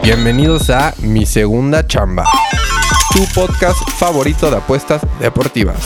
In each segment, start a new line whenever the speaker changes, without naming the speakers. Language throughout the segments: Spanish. Bienvenidos a Mi Segunda Chamba, tu podcast favorito de apuestas deportivas.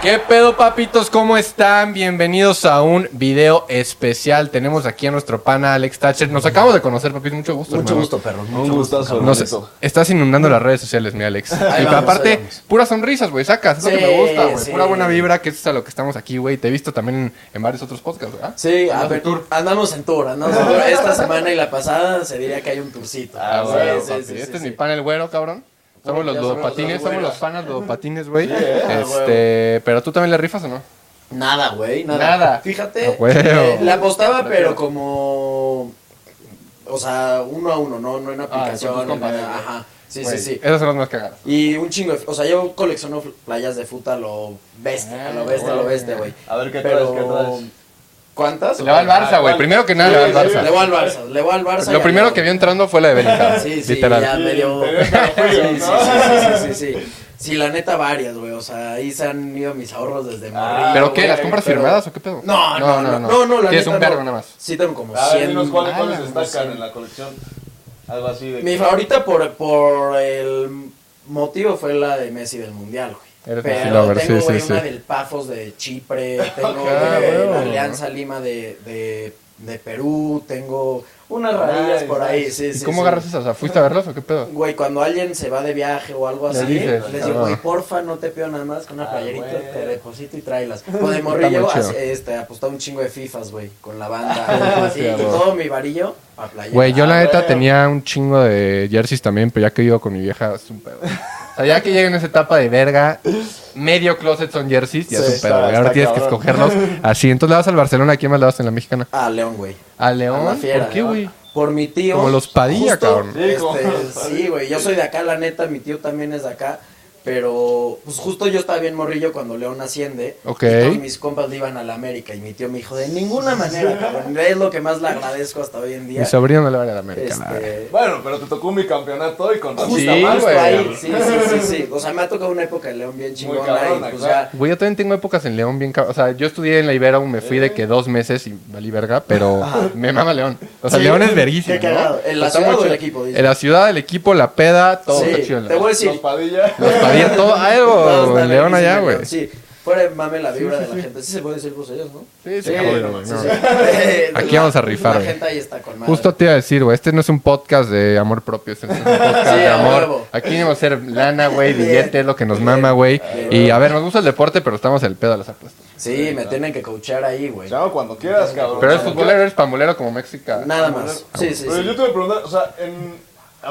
¿Qué pedo, papitos? ¿Cómo están? Bienvenidos a un video especial. Tenemos aquí a nuestro pana Alex Thatcher. Nos acabamos de conocer, papito. Mucho gusto.
Mucho
hermano.
gusto, perro. Mucho gustazo.
No sé, estás inundando las redes sociales, mi Alex. y
vamos, ahí
aparte,
vamos.
puras sonrisas, güey. Sacas, es lo que
Sí,
me gusta, güey.
sí.
Pura buena vibra, que eso es a lo que estamos aquí, güey. Te he visto también en, en varios otros podcasts, ¿verdad?
Sí, a
Andamos de
ver,
tour.
andamos en tour, andamos en tour. Esta semana y la pasada se diría que hay un tourcito.
Ah,
Sí,
güey,
sí,
papi.
sí,
este
sí,
es mi
sí.
pan el güero, cabrón. Somos los
ya somos los
ludopatines,
dos
somos
güeros. Ah,
los panas ludopatines, güey. este, pero tú también le rifas o no?
Nada, güey, nada.
Nada.
Fíjate,
Ah, güey.
eh, la apostaba, pero como. O sea, uno a uno, no, no en aplicación.
Ah, con tus
en-
compas, güey.
ajá, sí,
Güey,
sí, sí.
Esas son las más cagadas.
Y un chingo de. O sea, yo colecciono fl- playas de futa a lo bestia,
Ah,
a lo bestia, a lo bestia, güey.
A ver, ¿qué
Pero,
traes, qué traes?
¿Cuántas? Ah,
Se le va al Barça, güey. Primero que nada, le va al
Le
Barça.
voy al Barça, le voy al Barça. y
Lo
al
primero
León.
que vio entrando fue la de Bellingham.
Sí, sí,
literal.
ya medio. Sí, sí, sí, sí, sí, sí, sí. Sí, la neta, varias, güey. O sea, ahí se han ido mis ahorros desde
Ah,
morrillo,
¿Pero qué?
güey,
¿Las compras
pero-
firmadas o qué pedo?
No, no, no. No, no, la
Tienes
neta,
un verbo
no.
nada más.
Sí, tengo como
A ver,
100.
dinos cuáles,
ah,
cuáles
como
destacan
100.
en la colección. Algo así de.
Mi favorita por, por el motivo fue la de Messi del Mundial, güey.
Eres Messi
Pero
lover,
tengo
sí,
güey,
sí,
una
sí.
del Pafos de Chipre, tengo
Ah,
de
huevo.
la Alianza Lima de, de, de Perú, tengo unas rarillas
Nice,
por ahí,
nice.
sí,
¿Y
sí.
cómo
sí.
agarras esas? O sea, ¿fuiste a verlas o qué pedo?
Güey, cuando alguien se va de viaje o algo
Le
así,
dices,
les digo, güey,
ah.
porfa, no te pido nada más con una
Ah,
playerita,
güey.
te deposito y tráelas. O de morrillo,
muy chido.
as- este, apostaba un chingo de FIFAs, güey, con la banda.
Sí,
y
a huevo.
todo mi varillo a playera.
Güey, yo la
Ah,
neta
güey.
tenía un chingo de jerseys también, pero ya que vivo con mi vieja, es un pedo. O sea, ya que llega en esa etapa de verga, medio closet son jerseys, ya
Sí,
es un pedo. güey.
está-
Ahora
está
tienes que
cabrón.
escogerlos así. Entonces le vas al Barcelona, ¿a quién más le vas en la mexicana?
Ah, León, güey.
A
A
León.
la fiera.
¿Por qué,
¿no?
güey?
Por mi tío.
Como los Padilla, cabrón.
Sí, como
este,
los Padilla.
sí, güey, yo soy de acá, la neta, mi tío también es de acá. Pero, pues justo yo estaba bien morrillo cuando León asciende.
Ok.
Y todos mis compas le iban a la América. Y mi tío me dijo, de ninguna manera, cabrón. Es lo que más le agradezco hasta hoy en día.
Mi sobrino no le va a ir a la América. la verdad.
Este,
Bueno, pero te tocó mi campeonato y con
justo
Sí,
justo
güey.
ahí, sí, sí, sí, sí. O sea, me ha tocado una época de León bien chingona
cabrona,
y pues
claro.
Güey, yo también tengo épocas en León bien cab- O sea, yo estudié en la Ibero, me fui
Eh.
de que dos meses y valí verga, pero me mama León. O sea,
Ah. Sí,
León es verguísimo.
qué cagado. ¿En la
Está
ciudad
muy
o el
chido.
equipo, dices?
En la ciudad, el equipo, la peda,
ya.
todo está chido en León.
sí, te voy a
los
decir.
Padilla.
Los Padilla, todo,
Todo
algo
está
en León
verguísima,
allá,
León,
güey. Sí,
Sí, fuera de mame la vibra de la gente. Sí se puede decir groserías, ¿no?
sí,
Sí,
cabrón,
no,
no,
sí,
no.
sí. Eh,
Aquí
la-
vamos a rifar,
La
güey.
gente ahí está con madre.
Justo te iba a decir, güey, este no es un podcast de amor propio, este es un podcast
Sí,
de
a
amor.
huevo.
Aquí vamos a hacer lana, güey, billete, es lo que nos mama, güey. Y a ver, nos gusta el deporte, pero estamos el pedo a las apuestas.
Sí, me tienen que coachar ahí, güey.
Chao, cuando quieras, cabrón.
Pero eres futbolero, eres pambolero como Mexica.
Nada más. Sí, sí,
Pero yo
sí.
te voy a preguntar, o sea, en. A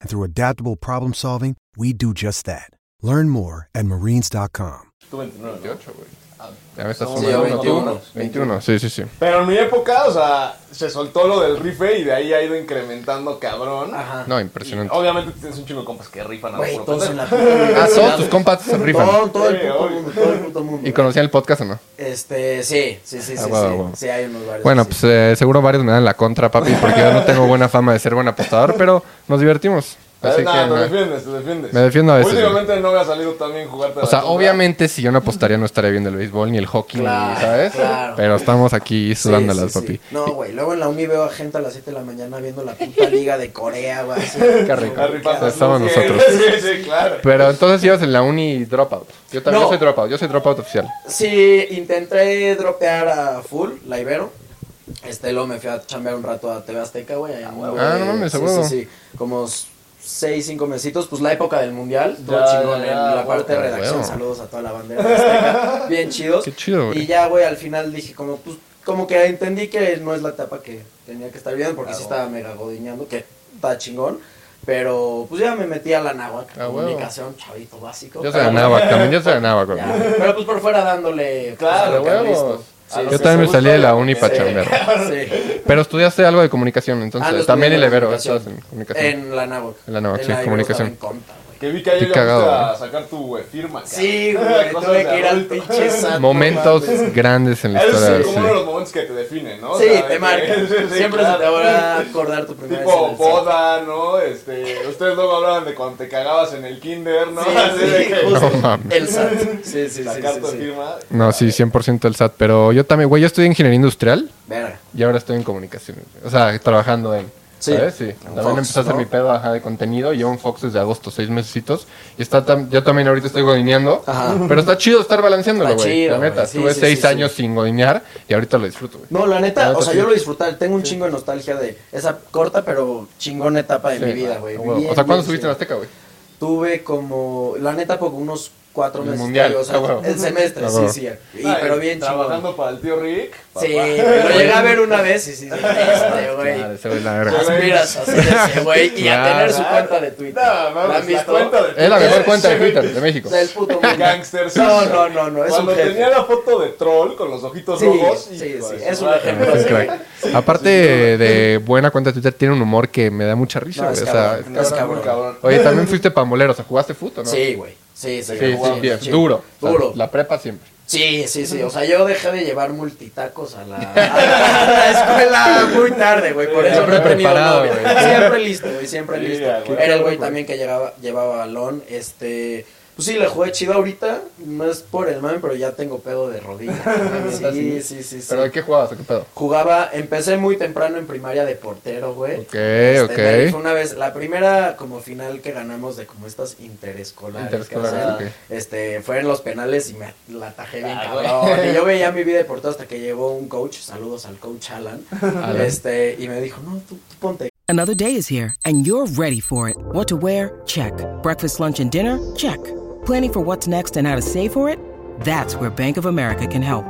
And through adaptable problem solving, we do just that. Learn more at marines.com.
Tú 29. ¿no?
28, güey. Ya me estás
Sí,
fumando.
21.
21, sí, sí, sí.
Pero en mi época, o sea, se soltó lo del rife y de ahí ha ido incrementando, cabrón.
Ajá.
No,
Y
Oh,
impresionante.
Obviamente tienes un chingo de compas que rifan a
Güey,
puro
todos
poder.
en la puta
Ah, todos tus compas se rifan.
Todo, todo el
Sí,
puto
obvio.
mundo, todo el puto mundo.
¿Y conocían el podcast o no?
Este, sí, sí, sí, sí,
Ah, guau,
sí.
guau.
Sí, hay unos varios.
Bueno,
sí.
pues eh, seguro varios me dan la contra, papi, porque yo no tengo buena fama de ser buen apostador, pero nos divertimos.
Eh,
Así que,
nah, te
nah.
defiendes, te defiendes.
Me defiendo a veces,
Últimamente no me ha salido también jugarte.
O sea, obviamente si yo no apostaría no estaría viendo el béisbol ni el hockey, ni-
Claro,
¿sabes?
claro.
Pero estamos aquí
Sí,
sudándolas,
sí, sí.
papi.
No, güey, luego en la uni veo a gente a las 7 de la mañana viendo la puta liga de Corea, güey. así.
Qué rico.
Arriba,
Estamos
sí,
nosotros.
Sí, sí, claro.
Pero entonces ibas en la uni dropout. Yo también
No.
yo soy dropout, yo soy dropout oficial.
Sí, intenté dropear a full, la Ibero. Este, luego me fui a chambear un rato a TV Azteca, güey. allá en-
Ah, no mames,
sí,
a huevo.
sí, sí, como s- seis, cinco mesitos, pues la época del mundial, todo
Ya,
chingón,
ya,
en
ya,
la parte de
huevo.
redacción, saludos a toda la bandera azteca, bien chidos.
Qué chido, güey.
Y ya, güey, al final dije como, pues, como que entendí que no es la etapa que tenía que estar viendo, porque sí estaba mega godiñando, que está chingón, pero pues ya me metí a la náhuatl,
Ah, huevo.
comunicación, chavito básico.
Yo se
pero-
ganaba, también yo se ganaba, güey.
Ya, Pero pues por fuera dándole, pues, a
Claro,
lo que
huevo.
Ernesto.
A lo
Yo
que
también me
se gusta,
salí de la
lo que
uni
se-
para chambear.
Sí.
Pero estudiaste algo de comunicación,
Ah,
entonces.
lo
también en
estudié
la Ibero,
comunicación.
estabas en comunicación.
En la Náhuac.
En la Náhuac, sí,
Ibero
comunicación.
estaba en conta, güey.
Que vi que ayer
Qué
le
cagado,
gusta
güey.
sacar tu güey, firma. cara.
Sí, güey,
Cosas
tuve
de
que ir al
adulto.
pinche santo,
Momentos
mames.
grandes en la
Es
historia.
como uno de
sí.
los momentos que te definen, ¿no? O
Sí,
sea, de
te
que-
marca.
sí, sí,
Siempre se
claro.
te va a acordar tu primera vez en
Tipo
el
boda, ¿no? Este, ustedes luego hablaban de cuando te cagabas en el kinder, ¿no?
SAT. Sí,
Así de
sí,
que-
justo.
No mames.
El SAT. Sí, sí, sí.
sacar
sí,
tu
sí.
firma.
No, sí, 100% el SAT. Pero yo también, güey, yo estudié ingeniería industrial
Verga.
y ahora estoy en comunicación. O sea, trabajando en.
Sí.
¿Sabes? Sí. También
Fox,
empecé a hacer
¿no?
mi pedo ajá, de contenido. Yo en Fox desde agosto, seis mesecitos. Y está tam- yo también ahorita estoy godineando.
Ajá.
Pero está chido estar balanceándolo,
Está
güey. La
chido,
neta,
güey. Sí,
estuve
sí,
seis
sí, sí.
años sin godinear y ahorita lo disfruto, güey.
No, la
La
neta,
neta,
o sea,
sí.
yo lo disfruté. Tengo un chingo de nostalgia de esa corta pero chingona etapa de
Sí.
mi vida, güey.
Ah, huevo.
Bien,
O sea, ¿cuándo
bien,
subiste
sí.
en Azteca, güey?
Tuve como, la neta, como unos cuatro
El
meses.
mundial,
güey, o sea,
ah, huevo.
el semestre,
Ah,
sí,
huevo.
sí. Y-
Ay,
pero bien chingón.
Trabajando para el tío Rick. papá.
Sí, lo llegué a ver una vez y sí, dije, este
Ah,
güey.
ese güey, la verga.
Aspiras a ser ese güey y a
Claro.
tener su cuenta de Twitter.
No, mames,
¿La han
la
visto?
cuenta de
Es la mejor cuenta de
Sí, güey.
Twitter de México.
O sea, el puto mundo.
Gangster.
No, no, no, no, es
Cuando
un jefe.
tenía la foto de troll con los ojitos
Sí,
rojos.
sí,
hijo
sí,
de su
es un
madre.
ejemplo.
Es crack. Aparte de buena cuenta de Twitter, tiene un humor que me da mucha risa,
No,
güey.
es
O sea,
cabrón,
es
no es
cabrón.
cabrón.
Cabrón.
Oye, también fuiste pambolero, o sea, jugaste fútbol, ¿no?
Sí, güey. Sí, sí,
Sí, sí,
jugaba
bien,
chido.
duro. O sea,
Duro.
la prepa siempre.
Sí, sí, sí. O sea, yo dejé de llevar multitacos a la, a la escuela muy tarde, güey. Por eso
Siempre
no he tenido
preparado,
novia.
güey.
Siempre listo, güey. Siempre
Sí,
listo.
ya, güey.
Era el güey también que llegaba, llevaba balón. Este. Pues sí, le jugué chido ahorita. No es por el mame, pero ya tengo pedo de rodilla. Sí, sí, sí. sí.
¿Pero de qué jugabas o qué pedo?
Jugaba, empecé muy temprano en primaria de portero, güey.
Ok, ok.
Este, me- Fue una vez, la primera como final que ganamos de como estas interescolares.
Interescolares,
o sea,
ok.
Este, fue en los penales y me la atajé bien cabrón. Y yo veía mi vida de portero hasta que llegó un coach, saludos al coach Alan, este, y me dijo, no, tú, tú ponte
Another day is here, and you're ready for it. What to wear? Check. Breakfast, lunch, and dinner? Check. Planning for what's next and how to save for it? That's where Bank of America can help.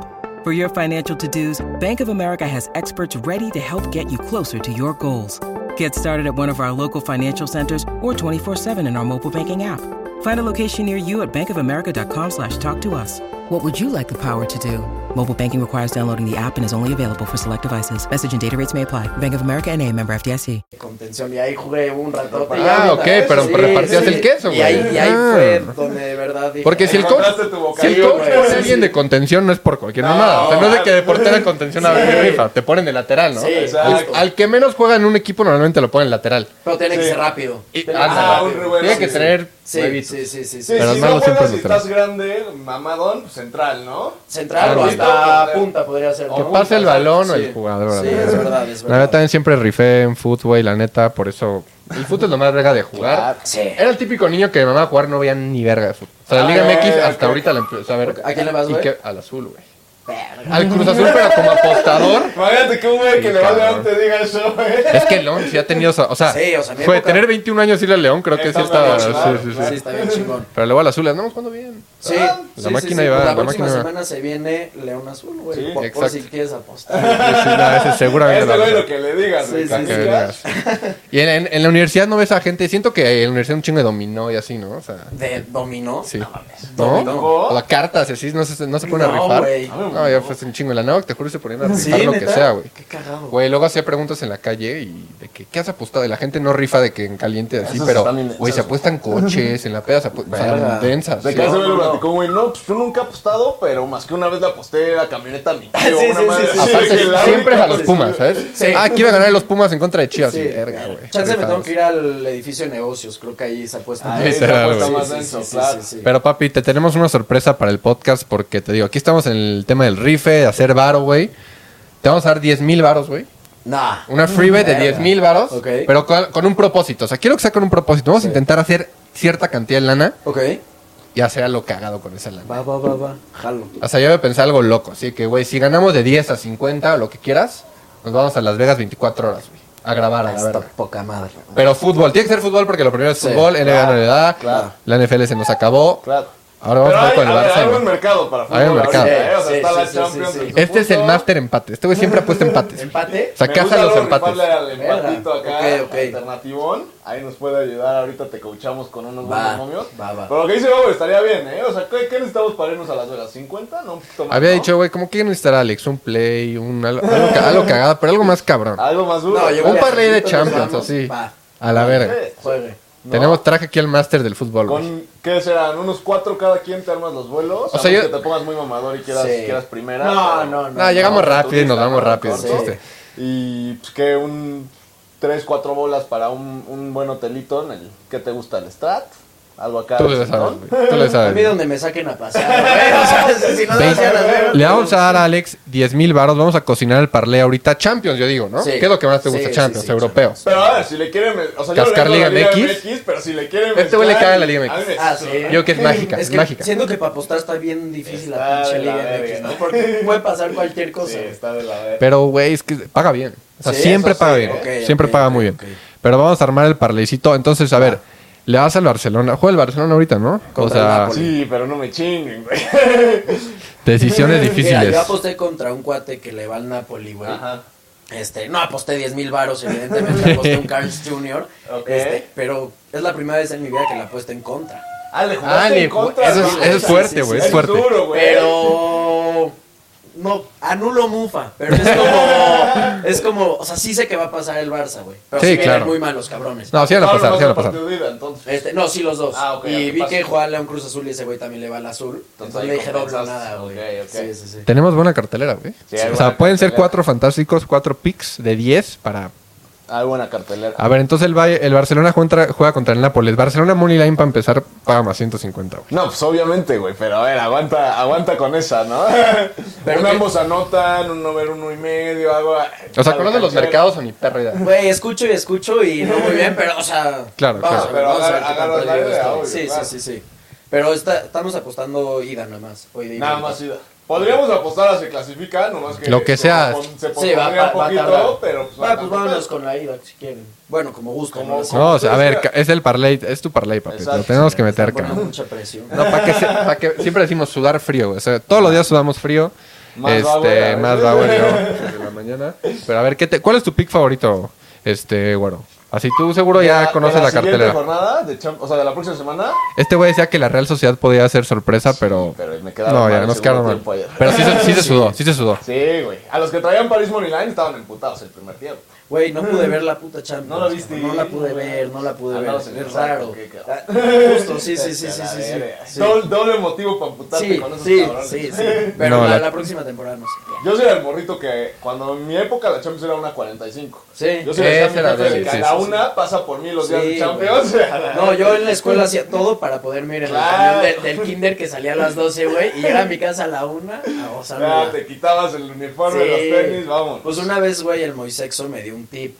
For your financial to dos, Bank of America has experts ready to help get you closer to your goals. Get started at one of our local financial centers or 24-7 in our mobile banking app. Find a location near you at bankofamerica.com slash talk to us. What would you like the power to do? Mobile banking requires downloading the app and is only available for select devices. Message and data rates may apply. Bank of America and a member FDIC.
contención y ahí jugué un rato.
Ah, ok,
¿eh?
pero repartías el queso,
Y ahí,
güey.
y ahí
Ah.
fue donde de verdad dije, "Ah,
Porque si el coach,
Encontraste tu
si el
vocación,
coach
güey,
pone a
sí,
alguien
sí.
de contención no es por cualquier mamada. O sea, no es de que de portero en contención a ver qué rifa. Te ponen de lateral, ¿no?
Sí,
al,
exacto.
al que menos juega en un equipo normalmente lo ponen lateral.
Pero tiene que
Sí.
ser rápido.
Y-
Tiene
ah,
que ser
no,
rápido.
un Rubén,
Tiene
sí,
que
sí.
tener
Sí,
huevitos.
sí, sí, sí,
Sí,
sí.
Pero
si
Armando
no
siempre
juegas
lo
y
trae.
estás grande, mamadón, pues, central, ¿no?
Central
Ah,
o
güey.
hasta punta podría ser.
Que
¿no?
pase el balón o
Sí.
el jugador.
Sí,
la
es
neta.
verdad, es
La neta
verdad.
también siempre rifé en fútbol, y la neta, por eso. El fútbol es lo más verga de jugar.
Sí.
Era el típico niño que mi mamá a jugar no veía ni verga de fútbol. O sea, la Liga
Ah,
MX
ok,
hasta
ok.
ahorita la empezó a ver.
¿A quién le vas,
Y
güey?
que- Al azul, güey.
Verga.
Al Cruz Azul, pero como apostador.
Imagínate que un güey que
Sí,
le va a
cabrón.
León te diga eso, güey.
Es que León sí ha tenido. esa- O sea,
Sí, o sea, mi
fue
época-
tener 21 años y ir al León, creo que sí
Está
estaba.
muy
sí,
claro,
sí, sí.
Sí, Ah, está bien chingón.
Pero luego al azul, andamos jugando bien.
Sí, sí, sí,
máquina
sí.
iba,
Pues
la
La próxima
máquina iba.
semana se viene León Azul, güey.
Sí,
por, por
exacto.
si quieres
Sí,
apostar.
sí, no, ese seguramente
Este
lo
güey
va a
lo que le digas,
Sí,
güey.
sí, sí.
Que
Canicas.
vergas. Y en, en- en la universidad no ves a gente. Siento que en la universidad un chingo de dominó y así, ¿no? O sea,
¿De dominó?
sí.
No mames.
¿No?
Dominó.
O la cartas y así, no se, no se ponen a
No,
rifar.
güey.
No, ya fue un chingo en la náhuatl, te juro, se ponían a
Sí,
rifar lo que
¿neta?
sea, güey.
Qué cagado.
Güey, luego hacía preguntas en la calle y de que, ¿qué has apostado? Y la gente no rifa de que en caliente así, pero, güey, se apuestan coches, en la peda se apuestan densas.
De
sí.
que hace me lo platicó, güey. No, pues yo nunca he apostado, pero más que una vez le aposté la camioneta a mi tío.
Sí,
una
sí,
madre
sí,
así,
sí.
de
Aparte,
que la
siempre es
única-
a los Pumas, ¿sabes?
Sí.
Ah, aquí iba a ganar los Pumas en contra de Chivas.
Sí.
Sí, verga, güey.
Chance me tengo
Rifados.
que ir al edificio de negocios. Creo que ahí se apuesta.
Ahí se
Literal,
apuesta
güey.
más denso, claro.
Pero papi, te tenemos una sorpresa para el podcast porque te digo, aquí estamos en el tema del rife, de hacer varo, güey. Te vamos a dar 10 mil varos, güey.
Nah.
Una free bet de 10 mil varos,
Ok.
pero con, con un propósito. O sea, quiero que sea con un propósito. Vamos a intentar hacer cierta cantidad de lana
Ok.
y hacer lo cagado con esa lana.
Va, va, va, va. Jalo.
O sea, yo voy a pensar algo loco. Así que, güey, si ganamos de 10 a 50 o lo que quieras, nos vamos a Las Vegas 24 horas, güey. a grabar, a la
Está
verga.
poca madre.
Pero fútbol, tiene que ser fútbol porque lo primero es
Sí,
fútbol, NBA
claro,
no le da,
claro.
la NFL se nos acabó.
Claro.
Ahora vamos
Pero
a jugar
hay,
con el
a ver,
Barça.
hay
¿no?
buen mercado para fútbol.
Hay buen
ahorita,
mercado.
¿eh? O sea,
Sí,
está
sí,
la
sí,
Champions.
sí, sí.
en su
Este es el
punto.
máster empate. Este güey siempre apuesta empates.
¿Empate?
O sea,
Me
caza
gusta
los
luego
empates.
rifarle al empatito
Verga.
acá,
Ok, ok.
alternativón. Ahí nos puede ayudar. Ahorita te coachamos con unos
Va,
buenos momios.
va, va.
Pero lo que dice Bobo estaría bien, ¿eh? O sea, ¿qué, qué necesitamos para irnos a las velas? ¿50? No, un poquito más,
Había
¿no?
dicho, güey, ¿cómo que necesitará Alex? Un play, un algo, algo ca- algo cagado, pero algo más cabrón.
Algo más duro.
No, yo
Un
voy a-
parlay de
Nos
Champions,
pues, vamos,
así.
va.
A la verga.
Sí.
Juegue.
Tenemos traje aquí al máster del fútbol, güey.
Con, ¿qué serán? ¿Unos cuatro cada quien te armas los vuelos?
O
O
sea,
sea,
yo-
que te pongas muy mamador y quieras,
Sí.
quieras primera.
No,
pero-
no, no.
No, llegamos
no,
rápido y
turista,
nos vamos
¿no?
rápido.
Corto.
chiste.
Y pues que un... Tres, cuatro bolas para un, un buen hotelito en el... ¿Qué te gusta? ¿El Strat? Algo acá.
Tú
de
le
Sentón.
sabes, güey. Tú le
A mí
sabes.
donde me saquen a pasar. güey. O sea, si no me hacían hacer-
Le vamos a dar a Alex 10 mil baros. Vamos a cocinar el parlé ahorita. Champions, yo digo, ¿no?
Sí.
¿Qué es lo que más te
Sí,
gusta?
sí,
Champions,
sí,
europeo.
Pero a ver, si le quieren... me- O sea,
Cascar
yo le vengo a
Liga
la Liga
MX,
pero si le quieren...
Este güey le caga la Liga MX.
Ah, sí.
Yo creo que es mágica,
Es
es
que
mágica.
siento que para apostar está bien difícil
Está
la pinche
de la
liga
verga,
MX, ¿no?
¿no?
Porque puede pasar cualquier cosa.
Sí, está de la verga.
Pero, güey, es que paga bien. O sea,
Sí,
siempre
eso
paga
sí,
bien.
¿eh? Ok,
siempre
ok,
paga
ok,
muy bien.
ok.
Pero vamos a armar el parlecito. Entonces, a ver, le vas al Barcelona. Juega el Barcelona ahorita, ¿no? O
Contra el
sea,
Napoli.
Sí, pero no me chinguen, güey.
decisiones
Mira,
difíciles.
yo aposté contra un cuate que le va al Napoli, güey.
Ajá.
Este, no aposté 10 mil varos, evidentemente aposté un Carl Jr.
Ok.
Este, pero es la primera vez en mi vida que la apuesto en contra.
Ah, le
Ah,
jugaste
le-
en contra.
eso, es,
¿no?
eso es fuerte, güey.
Eso
es fuerte.
duro, güey.
Pero no, anulo Mufa, pero es como, es como, o sea, sí sé que va a pasar el Barça, güey. Pero
Sí,
se vienen
claro.
muy malos, cabrones.
No, sí van a
Pablo,
pasar, sí
no
van a
es un
pasar.
partido de ida, entonces.
Este, no, sí, los dos.
Ah, ok,
y
ok,
vi
pasa.
que jugaba León Cruz Azul y ese güey también le va al azul. Entonces,
ahí
le dije doble
compensaste.
nada, güey.
Ok, ok.
Sí, sí, sí.
Tenemos buena cartelera, güey. o
Sí, hay
sea,
buena
pueden ser
cartelera.
cuatro fantásticos, cuatro picks de 10 para...
Hay Ah, buena cartelera.
A ver, entonces el, Valle- el Barcelona contra- juega contra el Nápoles. Barcelona Money Line para empezar paga más 150, güey.
No, pues obviamente, güey, pero a ver, aguanta, aguanta con esa, ¿no? Pero
que-
ambos anotan, uno ver uno y medio, algo.
O sea, con uno de los mercados a mi perra idea.
Güey, escucho y escucho y no muy bien, pero, o sea.
Claro, claro.
vamos a ver,
Pero
vamos a ver
agarra-
qué tanto
agarra la
llego
idea,
esto.
obvio,
Sí,
claro.
sí, sí, sí. Pero está- estamos apostando ida nada más. Hoy de ida.
Nada más ida. Podríamos apostar a se clasifica, nomás que.
Lo que sea.
pon- Se
Sí, va,
pondría
va-
un
va a
poquito,
tardar.
pero.
Va, pues
tampoco-
vámonos con la ida, si quieren. Bueno, como gusten.
Como-
¿no? Sí,
No, o sea, a ver, ca- es el parlay, es tu parlay, papi.
Exacto.
Lo tenemos que
están
meter,
poniendo
cabrón.
mucha presión.
No, para que, se- pa' que- siempre decimos sudar frío, güey. O sea, todos los días sudamos frío.
Más
este,
va, güey.
más va, güey, yo, de la mañana. Pero a ver, ¿qué te, ¿cuál es tu pick favorito? Este, bueno. Así tú seguro
De
ya
de
conoces la,
siguiente
cartelera.
jornada, de Champ- o sea, de la próxima semana.
Este güey decía que la Real Sociedad podía ser sorpresa, pero.
pero me quedaron
no,
mal
ya
el
nos
segundo
quedaron mal.
tiempo ayer.
Pero sí, se- sí se sudó, sí se sudó.
Sí, güey. A los que traían París Money Line estaban emputados el primer tiempo.
Güey, no pude ver la puta Champions.
No la viste. Ah,
No la pude ver, no la pude ver.
Andabas en el
Es
saco,
raro.
qué cabrón.
Ah, Justo, sí, sí, sí, sí, sí, sí. Sí.
Doble, doble motivo para amputarte
Sí,
con esos
sí,
cabrones.
sí, sí. Pero
No,
la,
la-
la próxima temporada no sé.
Yo soy el morrito que cuando en mi época la Champions era una 45.
Sí.
Yo soy el
Esa era
jefe de
débil,
que
sí,
a la
sí,
una pasa por mí los días de
Sí,
Champions.
güey.
A la-
No, yo en la escuela hacía todo para poder mirar
Claro.
el camión del, del kinder que salía a las 12, güey, y llegaba a mi casa a la una a
Ya,
gozar.
te quitabas el uniforme, los tenis, vamos.
Pues una vez, güey, el Moisexo me dio un tip.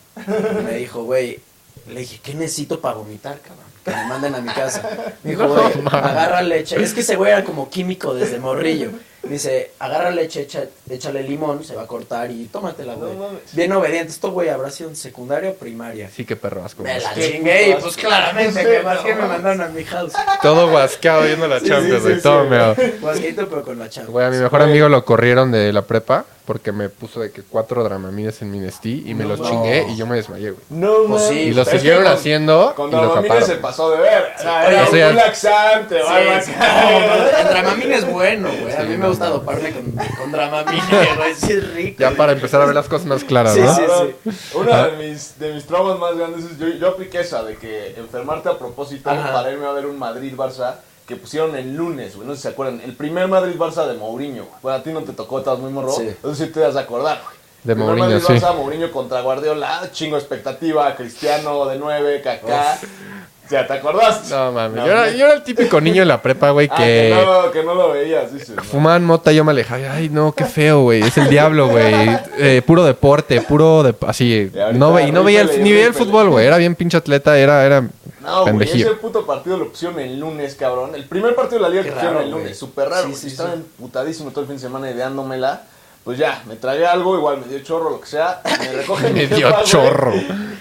Me dijo, güey, le dije, ¿qué necesito para vomitar, cabrón? Que me manden a mi casa. Me dijo, güey, agarra leche. Es que ese güey era como químico desde morrillo. Me dice, agarra leche, echa- échale limón, se va a cortar y tómatela, güey.
mames.
Bien obediente. Esto, güey, habrá sido en secundaria o primaria.
Sí, qué perro asco.
Me la
Qué
chingué y
puto
pues
asco.
claramente
Sí,
que más que
no.
me mandaron a mi house.
Todo guascado viendo la Champions, güey. todo meado.
Guasquito pero con la chava.
Güey, a mi mejor amigo lo corrieron de la prepa porque me puso de que cuatro dramamines en minestí y me los chingué y yo me desmayé, güey.
No,
Pues
mames.
sí,
Y lo
Es que
siguieron
con-
haciendo
Con
y lo
Dramamine
taparon.
se pasó de ver. O sea,
Oye,
era
eso
un
ya-
laxante o algo
Sí, sí.
acá.
No, no, el Dramamine es bueno, güey. A mí me gusta doparme con, con Dramamine, güey. Sí es rico.
Ya para empezar a ver las cosas más claras,
Sí,
¿no?
sí.
Cabrón, Una
Ah.
de mis, de mis traumas más grandes es yo, yo apliqué esa de que enfermarte a propósito
Ajá.
para irme a ver un Madrid-Barça que pusieron el lunes, güey. No sé si se acuerdan. El primer Madrid-Barça de Mourinho, güey. Bueno, a ti no te tocó, estabas muy morro.
Sí.
Entonces sí te vas a acordar, güey.
De
Primer
Mourinho,
Madrid-Barça,
sí.
Mourinho contra Guardiola, chingo expectativa, Cristiano de 9, Kaká. O sea, ¿te acordaste?
No mames, yo, era, yo era el típico niño en la prepa, güey,
Ah, que,
que
no, que no lo veías, dices. ¿no?
fumaban mota y yo me alejaba. Ay, no, qué feo, güey. Es el diablo, güey. Eh, puro deporte, puro de, así.
Y ahorita
No, ve- y no veía el,
rífale,
ni veía el
rífale.
fútbol, güey. Era bien pinche atleta, era, era
No, güey, ese
pendejillo.
puto partido lo pusieron el lunes, cabrón. El primer partido de la liga
Qué
que pusieron
raro,
el
güey.
lunes, súper raro.
Sí,
güey.
sí,
estaba
sí.
emputadísimo todo el fin de semana ideándomela. Pues ya, me tragué algo, igual me dio chorro, lo que sea. Me recoge mi
Me
jefa,
dio
güey,
chorro.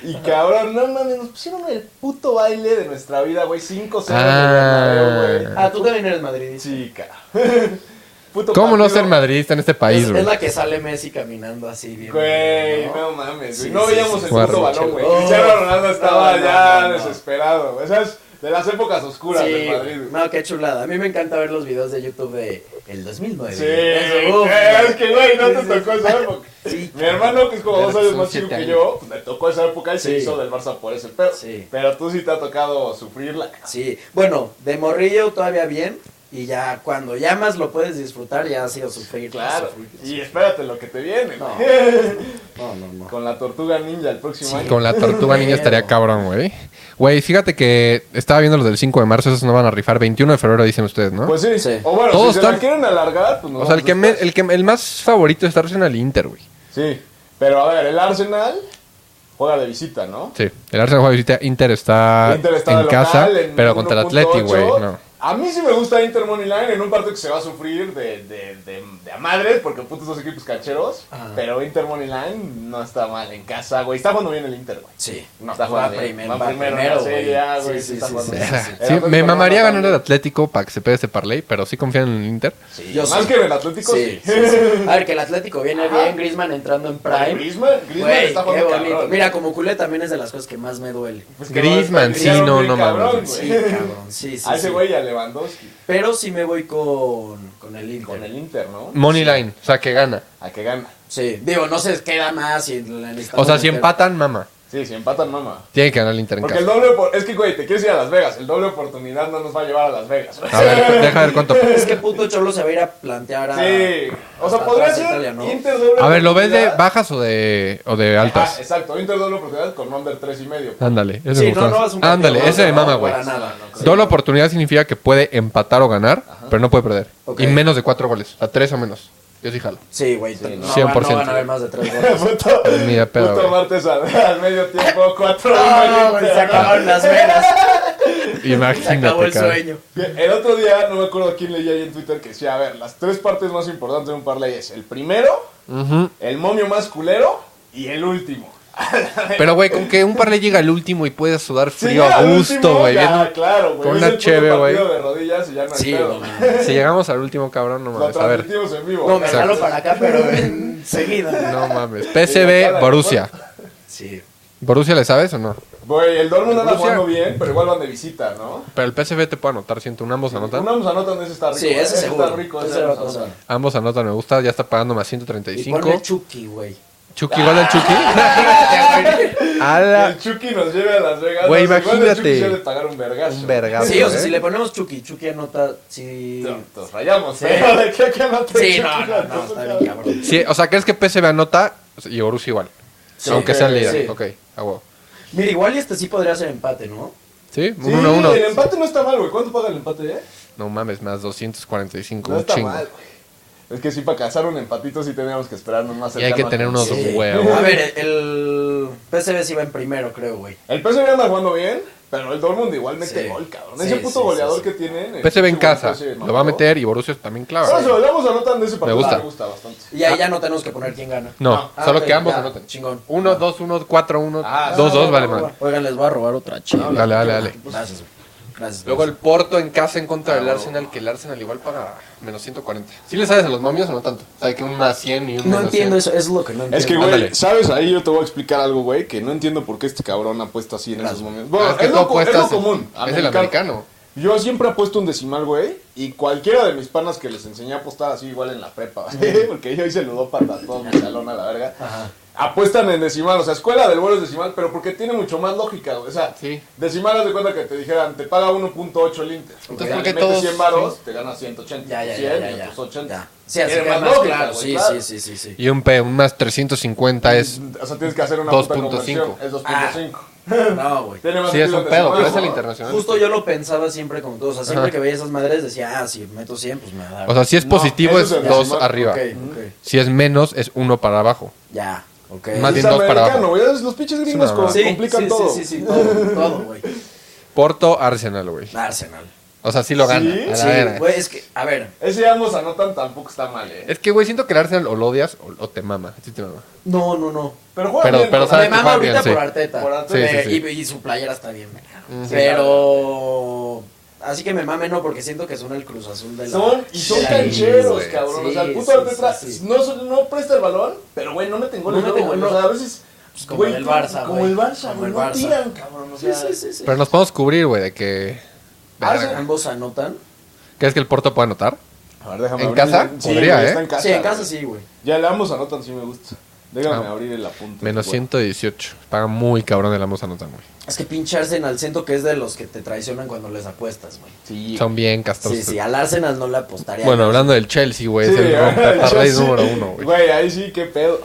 Y cabrón, no mames, nos pusieron el puto baile de nuestra vida, güey. 5-0 en el
Ah.
Bernabéu, güey.
Ah, tú también eres madridista.
Chica. Puto
¿Cómo no
partido.
ser madridista en este país,
Es,
güey?
es la que sale Messi caminando así bien.
Güey,
¿no?
no mames, güey.
Sí,
no
sí,
veíamos
sí,
el
sí,
puto
sí,
balón,
sí.
güey.
Oh.
Cristiano Ronaldo estaba
No, no,
ya
no, no.
desesperado, güey. Esas de las épocas oscuras
Sí,
de Madrid. güey.
no, qué chulada. A mí me encanta ver los videos de YouTube de el 2009.
Sí, Eh,
Eso, uf,
es que güey, no
Sí,
te tocó esa época.
Sí.
Mi hermano, que es como
Pero
dos años
son
más chico
siete
que
años.
yo, me tocó esa época y se
Sí.
hizo del Barça por ese pedo.
Sí.
Pero tú sí te ha tocado sufrirla.
Sí, bueno, de morrillo todavía bien. Y ya cuando ya más lo puedes disfrutar, ya ha sido sufrir.
Claro.
sufrir,
Y
sufrir.
espérate lo que te viene.
No.
güey.
No, no, no.
Con la tortuga ninja el próximo año.
Con la tortuga niña estaría cabrón, güey. Güey, fíjate que estaba viendo los del 5 de marzo, esos no van a rifar. 21 de febrero dicen ustedes, ¿no?
Pues sí.
Sí.
O bueno,
Todos
si se
están-
la quieren alargar, pues no.
o sea, el, que me- el, que, el más favorito es Arsenal e Inter, güey.
Sí. Pero a ver, el Arsenal juega de visita, ¿no?
Sí, el Arsenal juega de visita, Inter está,
Inter está
Ah, en
de local
casa,
en
pero contra el
1.8.
Atleti, güey. No.
A mí sí me gusta Inter Money Line en un partido que se va a sufrir de, de, de, de a madres, porque putos dos equipos cacheros.
Ah.
Pero Inter Money Line no está mal en casa, güey. Está jugando bien el Inter, güey.
Sí,
No
va
está jugando bien.
primero,
Va
va
primero,
primero,
en la Serie A,
güey.
güey.
Sí,
Sí,
sí,
está
sí,
jugando
sí,
bien.
sí,
El
sí.
Sí,
Atlético
me
no
mamaría
va tan
ganar el
bien.
Atlético para que se pegue ese parlay, pero sí confían en el Inter.
Sí, Más que en el Atlético, sí.
Sí, sí, sí. A ver, que el Atlético viene bien, Griezmann entrando en prime.
Griezmann- Griezmann
Güey,
está
qué
jugando
bonito.
cabrón. ¿eh?
Mira, como culé también es de las cosas que más me duele.
Pues que va a
Griezmann, sí,
estar
no,
bien
no mames.
cabrón,
Sí,
güey.
cabrón, sí, sí.
A ese
sí.
güey y a Lewandowski.
Pero sí me voy con, con el Inter.
Con el Inter, ¿no?
Money line, o sea, que gana.
A que gana.
Sí, digo, no se queda más. Y la necesitamos
O sea, si
meter.
empatan, mama.
Sí, si empatan, mama.
Tiene que ganar el Inter en
Porque el
casa.
doble opor- es que güey, te quieres ir a Las Vegas, el doble oportunidad no nos va a llevar a Las Vegas. güey.
A ver, deja ver cuánto.
Es que puto Cholo se va a ir a plantear a.
Sí. O sea,
hasta
podría
atrás
ser
Italia, ¿no?
Inter doble
A ver, ¿lo ves de
oportunidad.
bajas o de, o de
Ah,
altas?
exacto, Inter doble oportunidad con under 3 y medio.
Ándale, ese
Sí,
me
no,
gustó
no,
más.
es un partido
Ándale,
más,
ese de
no,
mama,
no,
güey.
para nada, no creo.
Doble oportunidad significa que puede empatar o ganar, pero no puede perder.
Ok.
Y menos de cuatro goles, a tres o menos. Yo sí jalo.
Sí, güey. no, van- No
100%.
van a haber más de tres goles.
Puto,
Ni de pedo,
Pues, puto
güey.
martes al, al medio tiempo, 4
No, güey, se acabaron las venas. Se acabó
Imagínate,
el
cabrón.
sueño.
El otro día, no me acuerdo quién leía ahí en Twitter que decía, a ver, las tres partes más importantes de un parlay es el primero, el momio más culero y el último.
Pero, güey, con que un par le llega al último y puedes sudar frío
ya,
a
al
gusto,
último,
güey.
ya,
viendo-
claro, güey.
con
Ves
una
el puto
cheve, güey.
partido de rodillas y ya no hay
Sí,
pedo.
no,
Si llegamos al último, cabrón, no
Lo
mames. A ver.
transmitimos en vivo.
No, me
Exacto.
jalo para acá, pero enseguida.
No mames. PSV, Borussia.
Sí.
¿Borussia le sabes o no?
Güey, el Dortmund anda
Rusia.
jugando bien, pero igual van de visita, ¿no?
Pero el PSV te puede anotar, siento. Un ambos anotan.
Unamos anotan, ese está rico.
Sí,
eh,
ese seguro.
está rico,
Ese
ese
va a
Unamos
pasar.
anotan.
Ambos anotan, me gusta. Ya está pagándome a
Y ponle
135.
Chucky, güey.
Chucky, igual al Chucky. A la
El Chucky nos lleve a Las Vegas.
Güey,
No, igual
imagínate.
El Chucky suele pagar un vergazo.
Un vergazo.
Sí, o sea,
¿eh?
si le ponemos Chucky, Chucky anota. Sí.
No, Nos rayamos,
Sí.
pero ¿de qué que no te
Sí, no, no, no, está bien, cabrón.
Sí, o sea, ¿crees que PSV anota y Borussia igual?
Sí,
Aunque sea el
sí.
líder. Ok, a huevo.
Mira, igual y este sí podría ser empate, ¿no?
¿Sí?
Sí,
1-1. Uno, uno.
el empate no está mal, güey. ¿Cuánto paga el empate, eh?
No mames, más 245.
No
un
está
chingo.
mal, güey. Es que sí, para cazar un empatito sí teníamos que esperarnos más
Y hay que
cercano a
tener unos
Sí.
huevos.
A ver, el PSV sí va en primero, creo, güey.
El PSV anda jugando bien, pero el Dortmund igual mete
Sí.
gol, cabrón.
Sí,
Ese
sí,
puto
sí,
goleador
sí.
que tienen. el
PSV en
pinche
casa.
buen PSV,
Lo va a
¿no?
meter y Borussia también
Ahora se
clava.
lo hablamos anotando ese partido.
gusta.
Me gusta bastante.
Y ahí ya no tenemos que poner quién gana.
No,
Ah,
solo
ok,
que ambos
ya,
anoten.
Chingón.
1, 2, 1, 4, 1,
Ah,
2,
no,
2,
no,
vale,
no,
madre.
Oigan, les voy a robar otra chiva.
Dale, dale, dale. Ah,
Gracias, güey. Gracias.
Luego
Luego
el Porto en casa en contra del Arsenal, que el Arsenal igual para menos 140. ¿Sí le sabes a los momios o no tanto? O sea, que un más 100 y un
No
menos
entiendo
100.
eso, es lo que no entiendo.
Es que,
Ándale.
güey, ¿sabes? Ahí yo te voy a explicar algo, güey, que no entiendo por qué este cabrón ha puesto así en esos momentos. Bueno,
Ah, es que
es,
tú
lo, co- es
apuestas-
lo común.
es el americano.
Yo siempre apuesto un decimal, güey, y cualquiera de mis panas que les enseñé a apostar así igual en la prepa, güey, porque yo hice ludópata todo mi salón a la verga. Apuestan en decimal, o sea, escuela del vuelo es decimal, pero porque tiene mucho más lógica, güey. O sea,
Sí.
decimal haz de cuenta que te dijeran, te paga 1.8 el Inter.
Entonces,
Entonces,
¿por
¿por
qué
metes
todos-
100 varos, te ganas 180.
Ya, ya,
100,
ya, ya, ya.
180.
Ya. Sí, así
pues Tiene
queda más
lógica,
claro.
güey,
Sí,
claro.
sí, sí, sí, sí.
Y un P, un más 350 es.
O sea, tienes que hacer una
2.5.
puta conversión. Es 2.5.
Ah. No, güey.
Tiene más
Sí, es
sentido
un
el
pedo,
decimal,
pero es el
¿no?
internacional.
Justo yo lo pensaba siempre como tú. O sea, siempre
Ajá.
que veía esas madres decía, ah, si meto 100, pues me da.
O sea, si es
No,
positivo
eso
es
es el
2
decimal.
arriba.
ok, ok.
Si es menos es 1 para abajo.
Ya, ok.
Más
Es
bien dos para
americano,
abajo.
güey, es- Los pinches gringos
una
co-
mamada.
Sí,
complican
sí,
todo.
Sí, sí, sí, todo, todo, güey.
Porto, Arsenal, güey.
Arsenal.
O sea, sí lo gana.
¿Sí?
a la
Sí,
verga.
Güey, es que, a ver,
Ese ya ambos anotan, tampoco está mal, ¿eh?
Es que, güey, siento que el Arsenal o lo odias o, o te mama. Sí te mama.
no, no, no.
Pero juega
Pero-
bien,
pero
¿no?
sabe
Me
que
mama
juega bien,
ahorita
sí.
por Arteta.
Por
Arteta.
Eh,
Sí, sí, sí.
Y, y su playera está bien, verga. Pero. Así que me mame, no, porque siento que son el Cruz Azul de la.
Son, y son
de la-
cancheros,
güey.
cabrón. o
Sí,
sea, el puto
sí,
Arteta
sí, sí.
No, son- no presta el balón, pero, güey, no meten goles.
No meten
luego, güey.
goles.
O sea, a veces.
Pues como el Barça,
Como
güey.
el Barça,
Como
güey.
el
No
Barça.
tiran, cabrón. O
Sí,
sea,
sí, sí. sí.
Pero nos podemos cubrir, güey, de que.
Ah,
Verga.
Ambos anotan.
¿Crees que el Porto puede anotar?
A ver, déjame
¿En
abrir
casa?
el- Sí,
Podría,
güey,
¿eh?
está en casa.
Sí, en casa
güey.
sí, güey.
Ya le ambos anotan, sí me gusta. Déjame
Ah.
abrir el apunte.
Menos
güey.
118. Paga muy cabrón el Amos anotan, güey.
Es que pinche Arsenal siento que es de los que te traicionan cuando les apuestas, güey.
Sí.
Son bien
Sí,
castrosos.
sí, al Arsenal no le apostaría.
Bueno, hablando del Chelsea, güey,
Sí,
es el
güey, el
rompeparley
Chelsea.
número uno, güey.
Güey, ahí sí, qué pedo.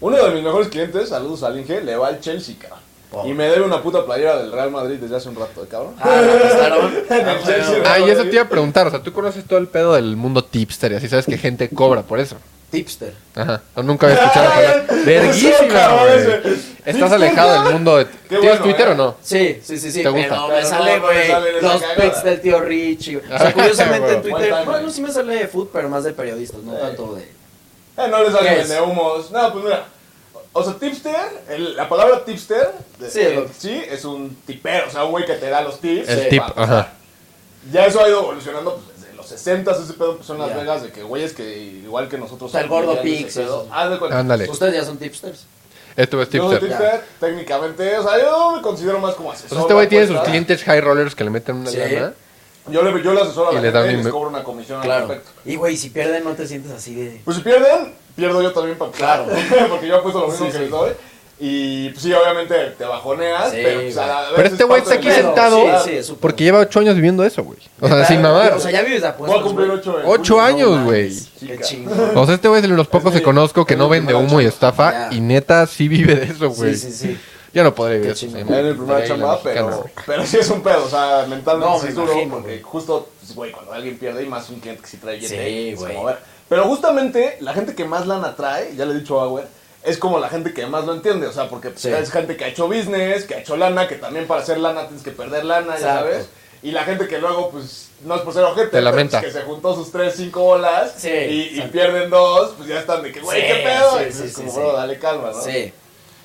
Uno de mis mejores clientes, saludos al Inge, le va al Chelsea, cabrón.
Pobre.
Oh.
Y me debe una puta playera del Real Madrid desde hace un rato, ¿eh, cabrón.
Ah, ¿la apostaron?
En el
Ah,
Chelsea,
bueno.
güey.
Ah, y eso te iba a preguntar, o sea, tú conoces todo el pedo del mundo tipster y así sabes que gente cobra por eso.
Tipster.
Ajá, no, nunca había escuchado hablar.
Ay, eso,
Verguísima,
cabrón,
güey.
ese.
Estás alejado del mundo de. ¿Tienes
bueno,
Twitter
eh.
o no?
Sí, sí, sí,
¿Te
sí. Pero
gusta?
me
Pero no,
sale,
no
güey.
sale esa
los
cagada.
pics del tío Richie. güey. O sea, curiosamente en
Bueno,
Twitter.
bueno.
Bueno, sí me sale de food, pero más de periodistas, no
Sí.
tanto de.
Eh, no les
¿Qué
salen
es?
de humos. No, pues mira. O sea, tipster, el- la palabra tipster, de-
Sí, lo-
sí, es un tipero, o sea, un güey que te da los tips.
El
Sí,
tip,
pa- o sea,
ajá.
Ya eso ha ido evolucionando pues, desde los 60 ese pedo empezó en Las
Ya.
Vegas de que güeyes que igual que nosotros.
O sea, el gordo
vivían ese
Pix,
pedo.
eso.
Haz de cuenta.
Ándale.
Ustedes ya son tipsters.
Esto Este es
Yo soy
tipster.
tipster, técnicamente, o sea, yo me considero más como
O
asesor.
sea, este güey tiene sus
apuestas.
clientes high rollers que le meten una
Sí.
lana.
Yo le, yo le asesoro a
Y
la
le
gente
dan
y
un-
les cobro una comisión al
Claro.
respecto.
Y, güey, si pierden, no te sientes así de.
Pues si pierden, pierdo yo también para
Claro.
porque yo apuesto lo mismo que les doy. Y pues sí, obviamente te bajoneas,
Sí,
pero pues, a la
Pero
vez
este
es
güey
parte
está aquí
del-
Pero,
sentado
sí, sí, es súper.
porque lleva ocho años viviendo eso, güey. O sea,
Claro,
sin mamar.
O sea, ya vives de apuestas.
Voy a cumplir
güey.
8
Ocho años,
mames,
güey.
Qué
Chica.
chingo.
O sea, este güey es de los pocos
mi-
que conozco que
es
no
mi
vende
primera
humo y
chamba.
estafa
Ya.
y neta sí vive de eso, güey.
Sí, sí, sí.
Yo no podría vivir de eso.
Qué chingón.
sí,
Es mi primera
güey, la
chamba,
mexicana,
pero,
güey.
pero sí es un pedo, o sea, mentalmente
No,
sí
me
es duro,
imagino,
porque
güey.
justo, pues, güey, cuando alguien pierde y más un cliente que sí trae billete,
Sí,
es
güey.
como, a ver. Pero justamente la gente que más lana trae, ya le he dicho a Auer, es como la gente que más lo entiende, o sea, porque pues,
Sí.
es gente que ha hecho business, que ha hecho lana, que también para hacer lana tienes que perder lana, ya
Exacto.
sabes. Y la gente que luego, pues, no es por ser ojete,
Te
pero,
lamenta.
pues, que se juntó sus tres, cinco bolas
Sí,
y, y
exacto.
pierden dos, pues ya están de que, güey,
Sí,
qué pedo.
sí,
y, pues,
sí,
es como,
sí,
bro,
sí.
dale calma, ¿no?
Sí.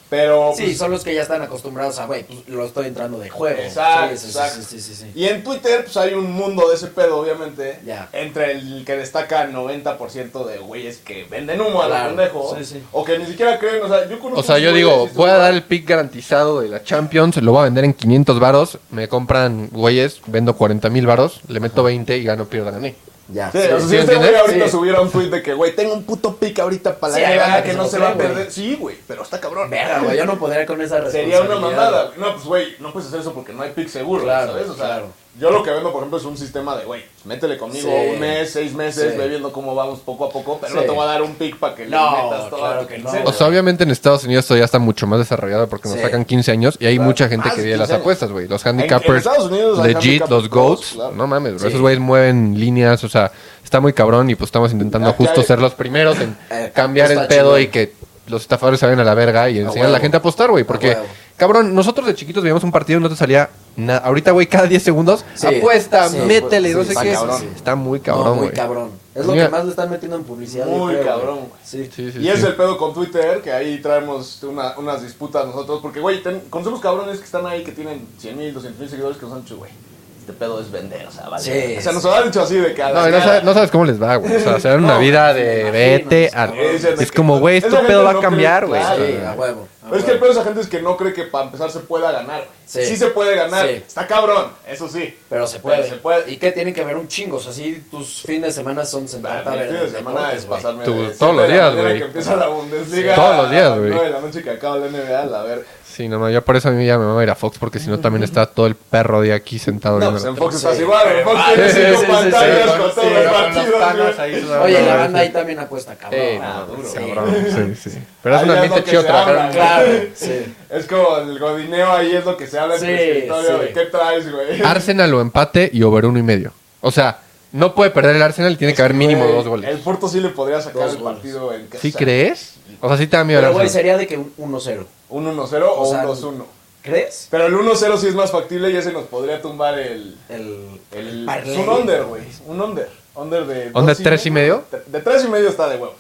Pero,
Sí,
pues,
son los que ya están acostumbrados a, güey, pues, lo estoy entrando de juego.
Exacto,
Sí, sí, sí,
exacto.
Sí, sí, sí. sí.
Y en Twitter, pues hay un mundo de ese pedo, obviamente.
Ya.
Entre el que destaca 90% de güeyes que venden humo a la
Claro,
pendejo.
sí, sí.
O que ni siquiera creen, o sea, yo conozco.
O sea, yo
güeyes y
digo,
estos
voy a dar
güeyes-
el pick garantizado de la Champions, lo voy a vender en 500 varos, me compran güeyes, vendo 40 mil varos, le meto 20 y gano, pierdo, gané.
Ya.
Sí, o sea,
¿sí
si este güey
entiendes?
ahorita
Sí.
subiera un tweet de que, güey, tengo un puto pick ahorita para
Sí,
la
hay
NBA
banda
que,
que se
no
lo
se va a
cree,
perder.
güey.
Sí, güey, pero está cabrón.
Verga, güey, yo no podría con esa
Sería
responsabilidad.
una mamada. güey. No, pues, güey, no puedes hacer eso porque no hay pick seguro,
Claro,
¿sabes? O sea,
claro.
yo lo que vendo, por ejemplo, es un sistema de, güey, métele conmigo
Sí.
un mes, seis meses,
Sí.
ve viendo cómo vamos poco a poco, pero
Sí.
no te voy a dar un pick para que le
No,
metas todo.
claro que no,
Sí.
O sea, obviamente en Estados Unidos esto ya está mucho más desarrollado porque nos
Sí.
sacan 15 años y hay mucha gente
Más
que
de
vive de las
15 años.
apuestas, güey. Los
en
handicappers,
Estados Unidos hay
legit,
handicappers
los goats,
claro.
no mames, bro.
Sí.
Esos güeyes mueven líneas, o sea, está muy cabrón y pues estamos intentando
Aquí
justo
hay-
ser los primeros en
Eh,
cambiar el
está
pedo
chingón.
y que los estafadores salgan a la verga y enseñar a, la
huevo.
gente a apostar, güey.
A
Porque,
huevo.
cabrón, nosotros de chiquitos veíamos un partido y no te salía nada. Ahorita, güey, cada 10 segundos,
Sí.
apuesta,
Sí,
métele,
sí,
no
sí,
sé
sí,
qué.
sí, sí.
Está muy
No,
cabrón,
muy
güey.
cabrón. Es lo
Mira.
que más le están metiendo en publicidad. yo
Muy
creo,
cabrón, güey.
Sí.
Sí, sí,
y es
sí.
el pedo con Twitter, que ahí traemos una- unas disputas nosotros, porque, güey, ten- conocemos cabrones que están ahí que tienen 100 mil, 200 mil seguidores que nos han dicho, güey, este pedo es vender, o sea, vale.
Sí,
o sea, nos
sí.
lo han dicho así de que a la
No, y no
chingada.
sabes, no sabes cómo les va, güey. O sea, se dan una
No,
vida
sí, me
de
imagino,
vete
sí,
a...
cabrón.
Dicen de
Es
que-
como, güey,
esa
esto
gente
pedo va a
no cree-
cambiar, güey.
Claro,
Sí,
güey.
a huevo, a
Pero es
huevo.
que el pedo de esa gente es que no cree que para empezar se pueda ganar. Sí,
Sí.
se puede ganar.
Sí.
Está cabrón, eso sí.
Pero se puede.
se puede.
¿Y qué tienen que ver un chingo? O sea, si tus fines de semana son
Bah,
sentarte a
Mi
ver.
fin de semana
deportes,
es
Pues, güey.
pasarme
Tú-
de-
todos
siempre
los
de la
días,
manera
güey.
que empieza la Bundesliga.
Todos los días,
a las
güey.
nueve de la noche que acaba la NBA, la ver.
Sí, no, mames, yo por eso a mí ya me va a ir a Fox, porque si no también está todo el perro de aquí sentado
No,
viendo.
pues en Fox
Sí.
estás igual, en Fox
Sí,
tienes
sí,
cinco
sí, sí,
pantallas
sí,
con
sí,
todos
sí,
los
con los
partidos, güey.
Oye, la banda ahí también acuesta, cabrón.
Sí,
Ah,
no,
duro.
mames,
Sí.
cabrón, sí, sí. Pero es
Ahí
un
ya es
ambiente
lo que
chido
se
trabajar.
habla,
Claro, sí.
Es como el godineo ahí, es lo que se habla en
Sí,
el escritorio.
sí.
de ¿Qué traes, güey?
Arsenal o empate y over uno y medio. O sea, no puede perder el Arsenal, tiene que haber mínimo
Güey,
dos goles.
El Porto sí le podría sacar
Dos
el
goles.
partido en casa.
¿Sí crees? O sea, sí te da miedo el
Pero, güey,
Arsenal.
sería de que un 1-0.
¿Un 1-0 o
O sea,
un 2-1?
¿Crees?
Pero el 1-0 sí es más factible y ese nos podría tumbar el.
El,
el
parlay.
es un under, güey. Un under. Under de.
¿Under
dos
tres y medio?
De 3 y medio está de huevos.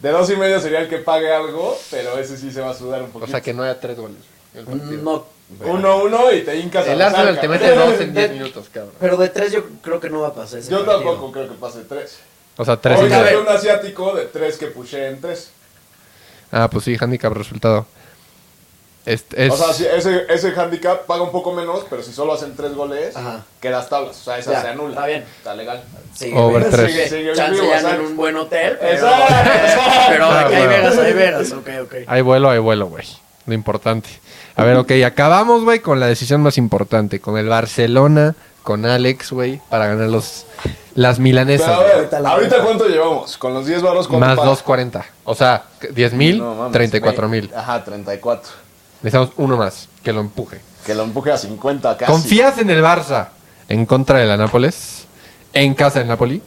De 2 y medio sería el que pague algo, pero ese sí se va a sudar un
O
poquito.
sea, que no haya tres goles. el partido.
No,
1-1 y te hincas a
el
la
Arsenal
zarca.
te mete dos en 10 minutos, cabrón.
pero de tres yo creo que no va a pasar. ese
Yo
partido.
tampoco creo que pase 3.
O sea, tres y
Ahorita
medio.
hay un asiático de 3 que puché en 3.
Ah, pues sí, handicap resultado. Este, es,
O sea, si ese, ese handicap paga un poco menos, pero si solo hacen 3 goles,
Ajá.
quedas tablas. O sea, esa
Ya,
se anula.
está bien.
Está legal.
Sí,
Over
güey.
tres.
Sigue,
Sigue
Chance ya
vivo,
no
exacto.
en un buen hotel. Pero,
Exacto, exacto.
pero
Ah,
aquí hay
bueno.
veras, hay veras. Ok, ok.
Hay vuelo, hay vuelo, güey. Lo importante. A ver, ok, acabamos, güey, con la decisión más importante. Con el Barcelona, con Alex, güey, para ganar los, las
Pero
milanesas.
a ver,
güey.
Ahorita la-
ahorita cuánto llevamos? Con los 10 varos, ¿cuánto
Más
paga?
2.40. O sea, 10 mil,
No, mames,
34 mil.
me- Ajá, 34.
Necesitamos uno más que lo empuje.
Que lo empuje a 50 casi.
¿Confías en el Barça en contra de la Nápoles? ¿En casa del Napoli?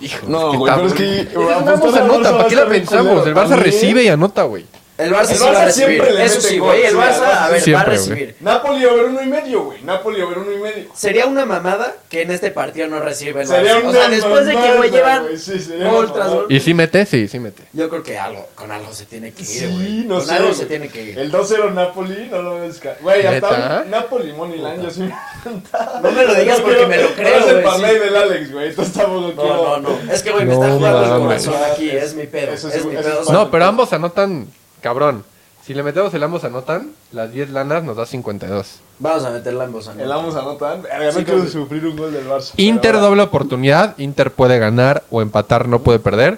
Hijo,
No,
es que
güey,
está-
pero es que-
Esa es
apostar
una
al
nota,
Barça va
¿Para
a
qué la
estar bien
pensamos?
culero.
El Barça
También.
recibe y anota, güey.
El Barça,
El
sí va
Barça
a recibir.
siempre le
Eso
mete
sí,
gol,
güey. El
sí,
Barça,
además,
a ver, va
siempre,
a
güey.
recibir.
Napoli over uno y medio, güey. Napoli over uno y medio.
Sería una mamada que en este partido no reciba el
Sería
Barça. O
una
sea, después de que,
mamada,
güey, llevan
güey, sí, sería
gol
una
tras
mamada.
gol.
¿Y si mete? Sí, sí mete.
Yo creo que algo, con algo se tiene que ir, güey.
Sí, no
con
sé.
algo
güey.
se tiene que ir.
El 2-0 Napoli, no lo ves. ca- Güey,
¿Neta?
hasta un Napoli Money Line, yo sí me encantaba.
No me lo digas porque me lo creo,
Es el
güey,
parlay
sí.
del Alex, güey. Entonces tampoco
No, no, no. Es que, güey, me
No
está jugando el
mames.
corazón aquí. Es mi pedo.
Eso
Es,
sí,
mi
eso
pedo.
es
No, pero ambos anotan, cabrón. Si le metemos el ambos anotan, las 10 lanas nos da 52.
Vamos a meterla ambos a
El Amos anotan. Verga, no quiero sufrir un gol del Barça.
Inter
Pero
doble oportunidad, Inter puede ganar o empatar, no puede perder.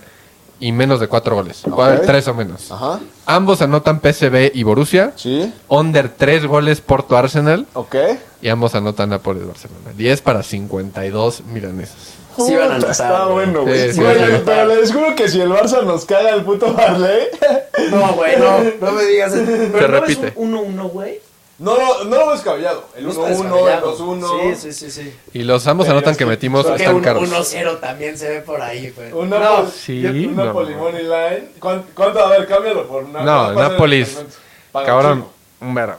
Y menos de 4 goles. Puede haber 3 o menos.
Ajá.
Ambos anotan PSV y Borussia.
Sí.
Under 3 goles Porto Arsenal.
Ok.
Y ambos anotan Nápoles Barcelona. 10 para 52 milaneses.
Sí van a
Puta,
anotar,
Está
güey.
bueno,
Sí,
güey.
sí,
Güey,
van a anotar.
pero les juro que si el Barça nos caga el puto parlay.
No, güey, no. No me digas. eso. Pero
Se
¿no ves
repite.
un 1-1, güey.
No, no, no lo he descabellado. El
No
1-1,
está
el
descabellado.
2-1.
Sí, sí, sí, sí.
Y los ambos
Pero
anotan
es
que
que-
metimos
Porque
están
un
caros.
1-0 también se ve por ahí, güey.
Un
No,
Napoli,
sí,
un
no.
Napoli Money Line. ¿Cuán- ¿Cuánto? A ver, cámbialo por una.
No, Nápoles. Cabrón, un verbo.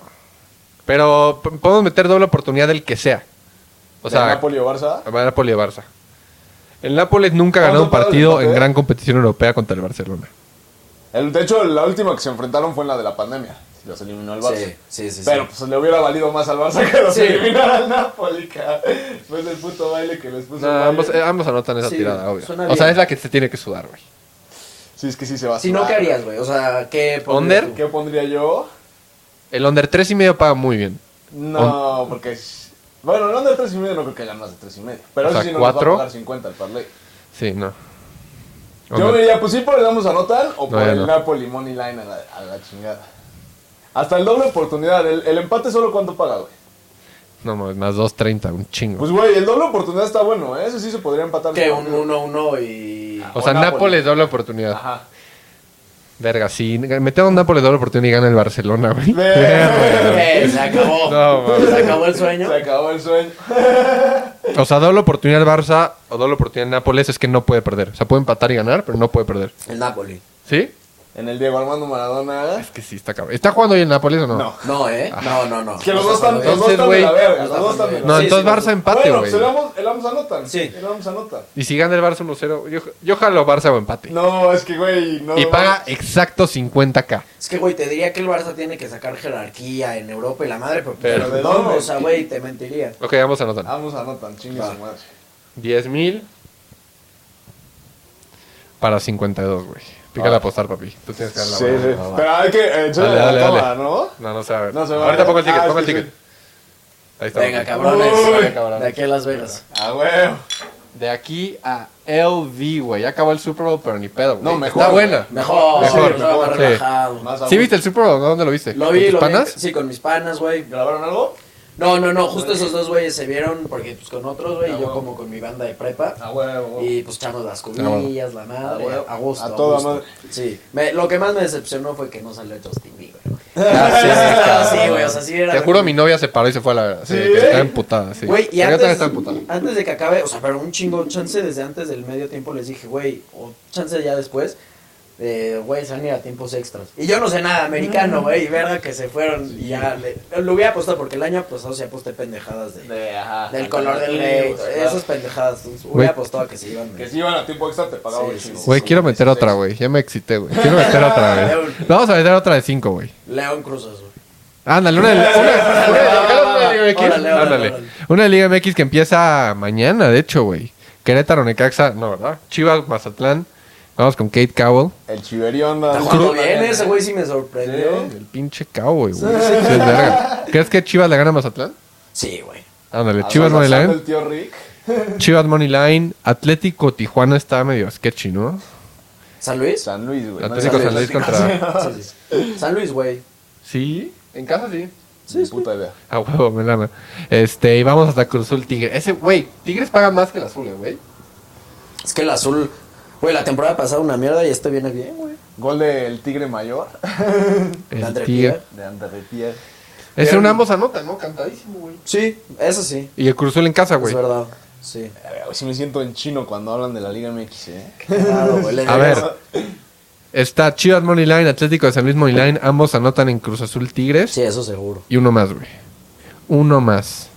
Pero p- podemos meter doble oportunidad del que sea. O
O sea,
sea,
Napoli o Barça.
a Napoli o Barça. El Nápoles nunca ganó
¿Cuánto
un
pagas
partido
el
en
empate?
gran competición europea contra el Barcelona.
El, de hecho, la última que se enfrentaron fue en la de la pandemia. Los eliminó el Barça.
Sí, sí, sí, sí.
Pero pues le hubiera valido más al Barça que los
Sí.
eliminara al Napoli, cabrón. Después del puto baile que les puso.
No,
el
ambos,
Bayern.
eh, ambos anotan esa
Sí,
tirada, obvio.
suena
O sea,
bien.
es la que se tiene que sudar, güey.
Sí, es que sí se va a
Si no, ¿qué
sudar.
harías, güey? O sea, ¿qué pondrías
¿Onder?
tú?
¿Qué pondría yo?
El under 3 y medio paga muy bien.
No, porque. es- Bueno, no de 3 y medio, no creo que haya más de 3 y medio. Pero
O
eso
sea,
sí no nos va
¿cuatro?
a pagar 50 el parlay.
Sí, no.
Yo me
Under-
diría, pues sí, por el vamos a anotar o por
ya
el
no.
Napoli Money Line a la, a la chingada. Hasta el doble oportunidad. El, el empate solo cuánto paga, güey.
No, mames, más 2.30, un chingo.
Pues, güey, el doble oportunidad está bueno, ¿eh? Eso sí se podría empatar.
Que un 1-1 y...
o sea,
o Nápoles.
Nápoles doble oportunidad.
Ajá.
Verga, sí. Metemos Nápoles doble oportunidad y gana el Barcelona, güey.
Eh, se acabó.
No, mames.
se acabó el sueño.
Se acabó el sueño.
O sea, doble oportunidad al Barça o doble oportunidad al Nápoles es que no puede perder. O sea, puede empatar y ganar, pero no puede perder.
El Napoli.
¿Sí?
En el Diego Armando Maradona.
Es que sí, está cabrón. ¿Está jugando hoy el Nápoles o no?
No.
No, ¿eh?
Ah.
No, no, no.
Es que los dos están, los
Entonces,
dos están de la
güey,
verga. Los dos están de la
No,
Sí,
entonces
sí,
Barça
sí.
empate,
Bueno,
güey.
pues el vamos, el vamos anotan.
Sí.
El vamos anotan.
Y si gana el Barça 1-0, yo, yo jalo Barça o empate.
No, es que, güey, no.
y paga exacto 50k.
Es que, güey, te diría que el Barça tiene que sacar jerarquía en Europa y la madre, pero,
Pero
pero
¿de
¿de dónde?
dónde?
O sea, güey, te mentiría.
Ok, vamos a anotar.
Vamos anotan, chingue su madre.
10.000 para 52, güey. Pícale a apostar, papi. Tú tienes que dar la
Ah. Sí,
mano.
sí. Pero hay que enseñarle
Dale,
la
dale,
cámara,
dale.
¿no?
No, no se va a ver.
No se va a
Ahorita
ver.
pongo el ticket,
Ah,
pongo el
sí,
ticket.
sí.
Ahí está.
Venga,
papi.
cabrones.
Uy.
De aquí a Las Vegas.
Ah, güey.
De aquí a LV, güey. Ya acabó el Super Bowl, pero ni pedo, güey.
No, mejor,
Está
güey.
buena. Mejor,
Mejor, mejor,
mejor,
más
sí.
relajado.
Más a
¿Sí
gusto.
viste el Super Bowl? ¿Dónde lo viste?
Lo vi,
¿Con tus
lo
panas?
vi. Sí, con mis panas, güey.
¿Grabaron algo?
No, no, no, justo esos dos güeyes se vieron porque pues con otros, güey, y yo
Ah, huevo.
como con mi banda de prepa.
A huevo.
Y pues echamos las cubillas, la madre,
A huevo.
a gusto.
A toda
gusto.
madre.
Sí. Me- lo que más me decepcionó fue que no salió Justin Bieber, güey.
Gracias.
Sí, güey, o sea, sí era.
Te juro, mi novia se paró y se fue a la... Sí, que Estaba emputada, sí.
Güey,
Creo que
y
también
antes,
estaba emputada.
antes de que acabe, o sea, pero un chingo, chance desde antes del medio tiempo les dije, güey, o chance ya después, de, güey, se van a ir a tiempos extras. Y yo no sé nada americano, güey, y verdad que se fueron y ya. le- lo hubiera apostado porque el año pasado sí aposté pendejadas de,
De, ajá,
del color del
leche,
leito, esas pendejadas. pues, Hubiera
Güey.
apostado que se iban.
Que si iban a tiempo extra te pagaban
Sí,
un
sí,
chingo.
sí.
Güey, quiero meter otra, güey. Ya me excité, güey. Quiero meter otra, güey. Vamos a meter otra de cinco, güey.
León Cruz Azul.
Ándale, una de, una, una de- una de Liga MX.
Órale, órale,
Ándale.
órale.
Una de Liga MX que empieza mañana, de hecho, güey. Querétaro, Necaxa, no, ¿verdad? Chivas, Mazatlán. Vamos con Kate Cowell.
El chiverión anda.
Está jugando bien, ese güey sí me sorprendió.
El pinche Cowboy, güey. Sí, es verga. ¿Crees que Chivas le gana a Mazatlán?
Sí, güey.
Ándale,
Ah,
Al
Chivas Money
Salazar
Line.
del tío Rick.
Chivas Money Line. Atlético Tijuana está medio sketchy, ¿no?
¿San Luis?
San Luis, güey.
Atlético San Luis contra.
Sí, sí, sí. San Luis, güey.
Sí, en casa sí.
Sí, puta idea.
A huevo, me lana. Este, y vamos hasta Cruz Azul Tigre. Ese, güey, Tigres paga más que el azul, eh, güey.
Es que el azul, güey, la temporada pasada una mierda y este viene bien, güey.
Gol del Tigre Mayor.
El
André
Tigre.
Pierre.
De Andarrepía.
Ese un ambos anota, ¿no? Cantadísimo, güey.
Sí, eso sí,
Y el Cruz Azul en casa,
es
güey.
verdad. Sí.
Si Eh, me siento en chino cuando hablan de la Liga MX, ¿eh?
Claro, güey. le
A ver.
debemos-
Está Chivas Money Line, Atlético de San Luis Money Line. Ambos anotan en Cruz Azul Tigres.
Sí, eso seguro.
Y uno más, güey. Uno más.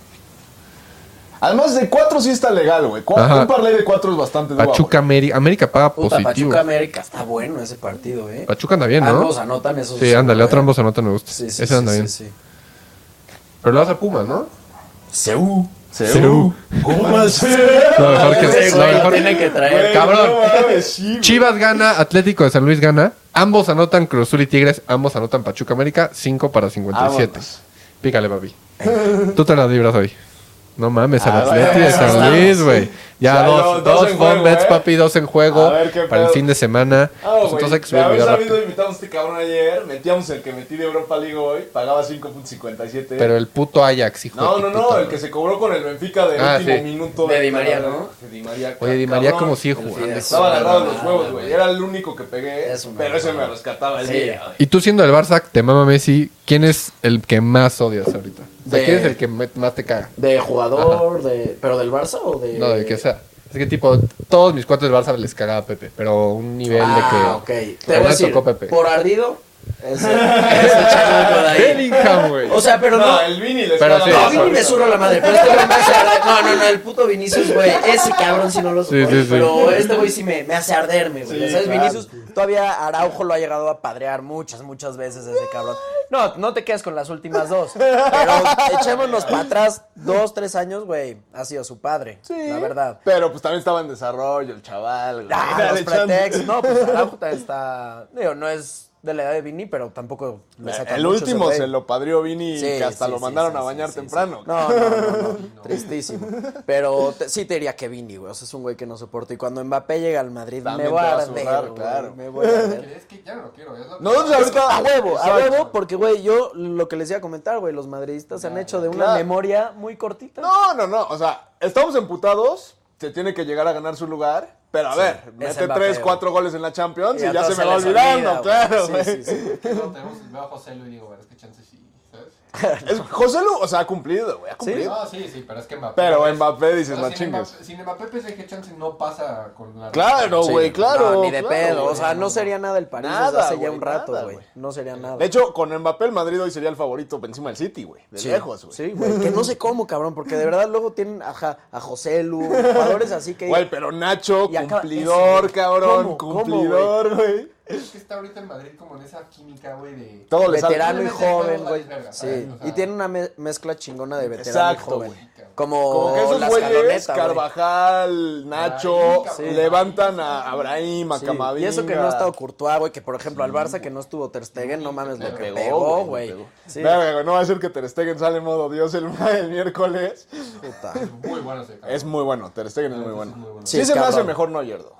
Además, de cuatro sí está legal, güey. Cu-
Ajá.
Un parlay de cuatro es bastante duro.
Pachuca América. América paga
Puta,
positivo.
Pachuca
Pachuca,
América está bueno ese partido, eh.
anda bien, ¿no?
Ambos anotan esos.
Sí, ándale,
eh.
otro ambos anotan me gusta.
Sí, sí,
Ese
sí,
anda
sí,
bien.
sí.
Pero lo vas a Pumas, ¿no?
Seú.
Seú. Lo mejor que
Ese
lo
güey
mejor-
lo tienen que traer.
Cabrón.
Cabrón.
Chivas gana, Atlético de San Luis gana. Ambos anotan Cruz Azul y Tigres. Ambos anotan Pachuca América. 5 para 57.
Vámonos.
Pícale, papi. Tú te las libras hoy. No mames,
Ah,
al Atlético de San Luis, güey. Ya
Ya
dos,
no, dos
dos
en
fun
juego,
bets,
¿eh?
papi, dos en juego.
A ver, qué
Para el
pedo.
fin de semana.
Ah,
Pues
güey.
entonces hay que
de
subir el
haber
video
sabido
rápido.
invitamos a este cabrón ayer, metíamos el que metí de Europa League hoy, pagaba 5.57.
Pero el puto Ajax, hijo
No,
de
no,
puta,
no, el
güey.
que se cobró con el Benfica del
Ah,
último
sí.
minuto.
De Di María, ¿no?
De Di María.
Oye, Di María como sigue jugando.
Estaba agarrado en los huevos, güey. Era el único que pegué,
Es una
pero ese me
mamada.
rescataba el
Sí.
día, güey.
Y tú siendo el Barça, te mama Messi, ¿quién es el que más odias ahorita? O sea,
De-
¿quién es el que me- más te caga?
De jugador, de. ¿Pero del Barça o de.?
No, de que sea. Es que tipo, todos mis cuates del Barça les cagaba a Pepe, pero un nivel
Ah,
de que...
ok. Te voy a
no le
decir,
tocó Pepe.
por ardido, ese, ese chamaco de ahí.
Bellingham, güey.
O sea, pero no.
No, el Vini le
Pero
estaba
sí.
No,
dando
Vini
la
me zurra la madre, pero este güey me hace arder. No, no, no, el puto Vinicius, güey. Ese cabrón sí no lo soporto.
sí, sí.
Pero este güey sí me, me hace arderme, güey.
Sí,
¿Sabes?
claro.
Vinicius, todavía Araujo lo ha llegado a padrear muchas, muchas veces ese cabrón. No, no te quedes con las últimas dos. Pero echémonos para atrás dos, tres años, güey. Ha sido su padre. La verdad.
Pero pues también estaba en desarrollo el chaval, güey.
Ah,
Dale
los
chance.
pretextos. No, pues Araujo también está. Digo, no es de la edad de Vini, pero tampoco le saca
El
mucho ese
último
güey.
se lo padrió Vini
Sí,
que hasta
sí,
lo
sí,
mandaron
sí,
a
sí,
bañar
sí,
temprano.
sí. No, no, no, no, tristísimo. Pero te- sí te diría que Vini, güey. O sea, es un güey que no soporto. Y cuando Mbappé llega al Madrid,
También
me voy
te
a
vas a
arder,
zurrar,
güey,
claro.
Me voy a arder.
Es que ya no lo quiero, es la-
Nosotros ahorita.
A huevo, a
Exacto.
huevo, porque, güey, yo lo que les iba a comentar, güey, los madridistas se han hecho de una
claro.
memoria muy cortita.
No, no, no. O sea, estamos emputados. Se tiene que llegar a ganar su lugar. Pero a ver, mete
Mbappé,
tres,
güey.
cuatro goles en la Champions y,
a
ya
todos
se me va
les olvida,
olvidando,
güey.
claro.
Sí,
güey.
sí, sí.
No, tenemos, veo a José Luis y digo, bueno, es que chance sí, ¿sabes?
Es- José Lu, o sea, ha cumplido, güey. Ha cumplido.
No, sí, sí, pero es que Mbappé...
Pero
es-
Mbappé dices,
o sea,
no
sin
chingues.
Mbappé- Sin Mbappé pensé que chance no pasa con la...
Claro,
Sí,
Oh, güey, claro.
no, ni de
claro,
pedo.
güey.
O sea, no sería nada el París
Nada,
desde hace ya
güey,
un rato,
nada,
güey.
güey.
No sería nada.
De hecho, con Mbappé el Madrid hoy sería el favorito por encima del City, güey. De
Sí.
lejos, güey.
Sí, güey. Que no sé cómo, cabrón, porque de verdad luego tienen ajá, a José Lu, jugadores así que.
Güey, pero Nacho,
Y acaba-
cumplidor,
ese, güey.
cabrón,
¿Cómo? ¿Cómo,
cumplidor, güey.
Es que está ahorita en Madrid como en esa química, güey, de...
Todo le sale.
veterano y
Obviamente
joven,
todos
güey.
valen verga,
Sí.
¿sabes? O sea-
Y tiene una me- mezcla chingona de veterano
Exacto,
y joven.
güey.
Como,
Como que esos
las
güeyes,
calonetas, güey.
Carvajal, Nacho,
Sí.
levantan a Abraham, a
Sí.
Camavinga.
Y eso que no ha estado Courtois, güey, que por ejemplo al Barça que no estuvo Ter Stegen, no mames lo que
Pegó,
pegó,
güey,
güey.
pegó.
Sí,
Verga, güey, no va a ser que Ter Stegen sale en modo Dios el, el miércoles.
puta.
Muy bueno ese cabrón.
Es muy bueno, Ter Stegen es muy bueno. Sí,
Sí,
se me hace
cabrón.
mejor Neuerdo.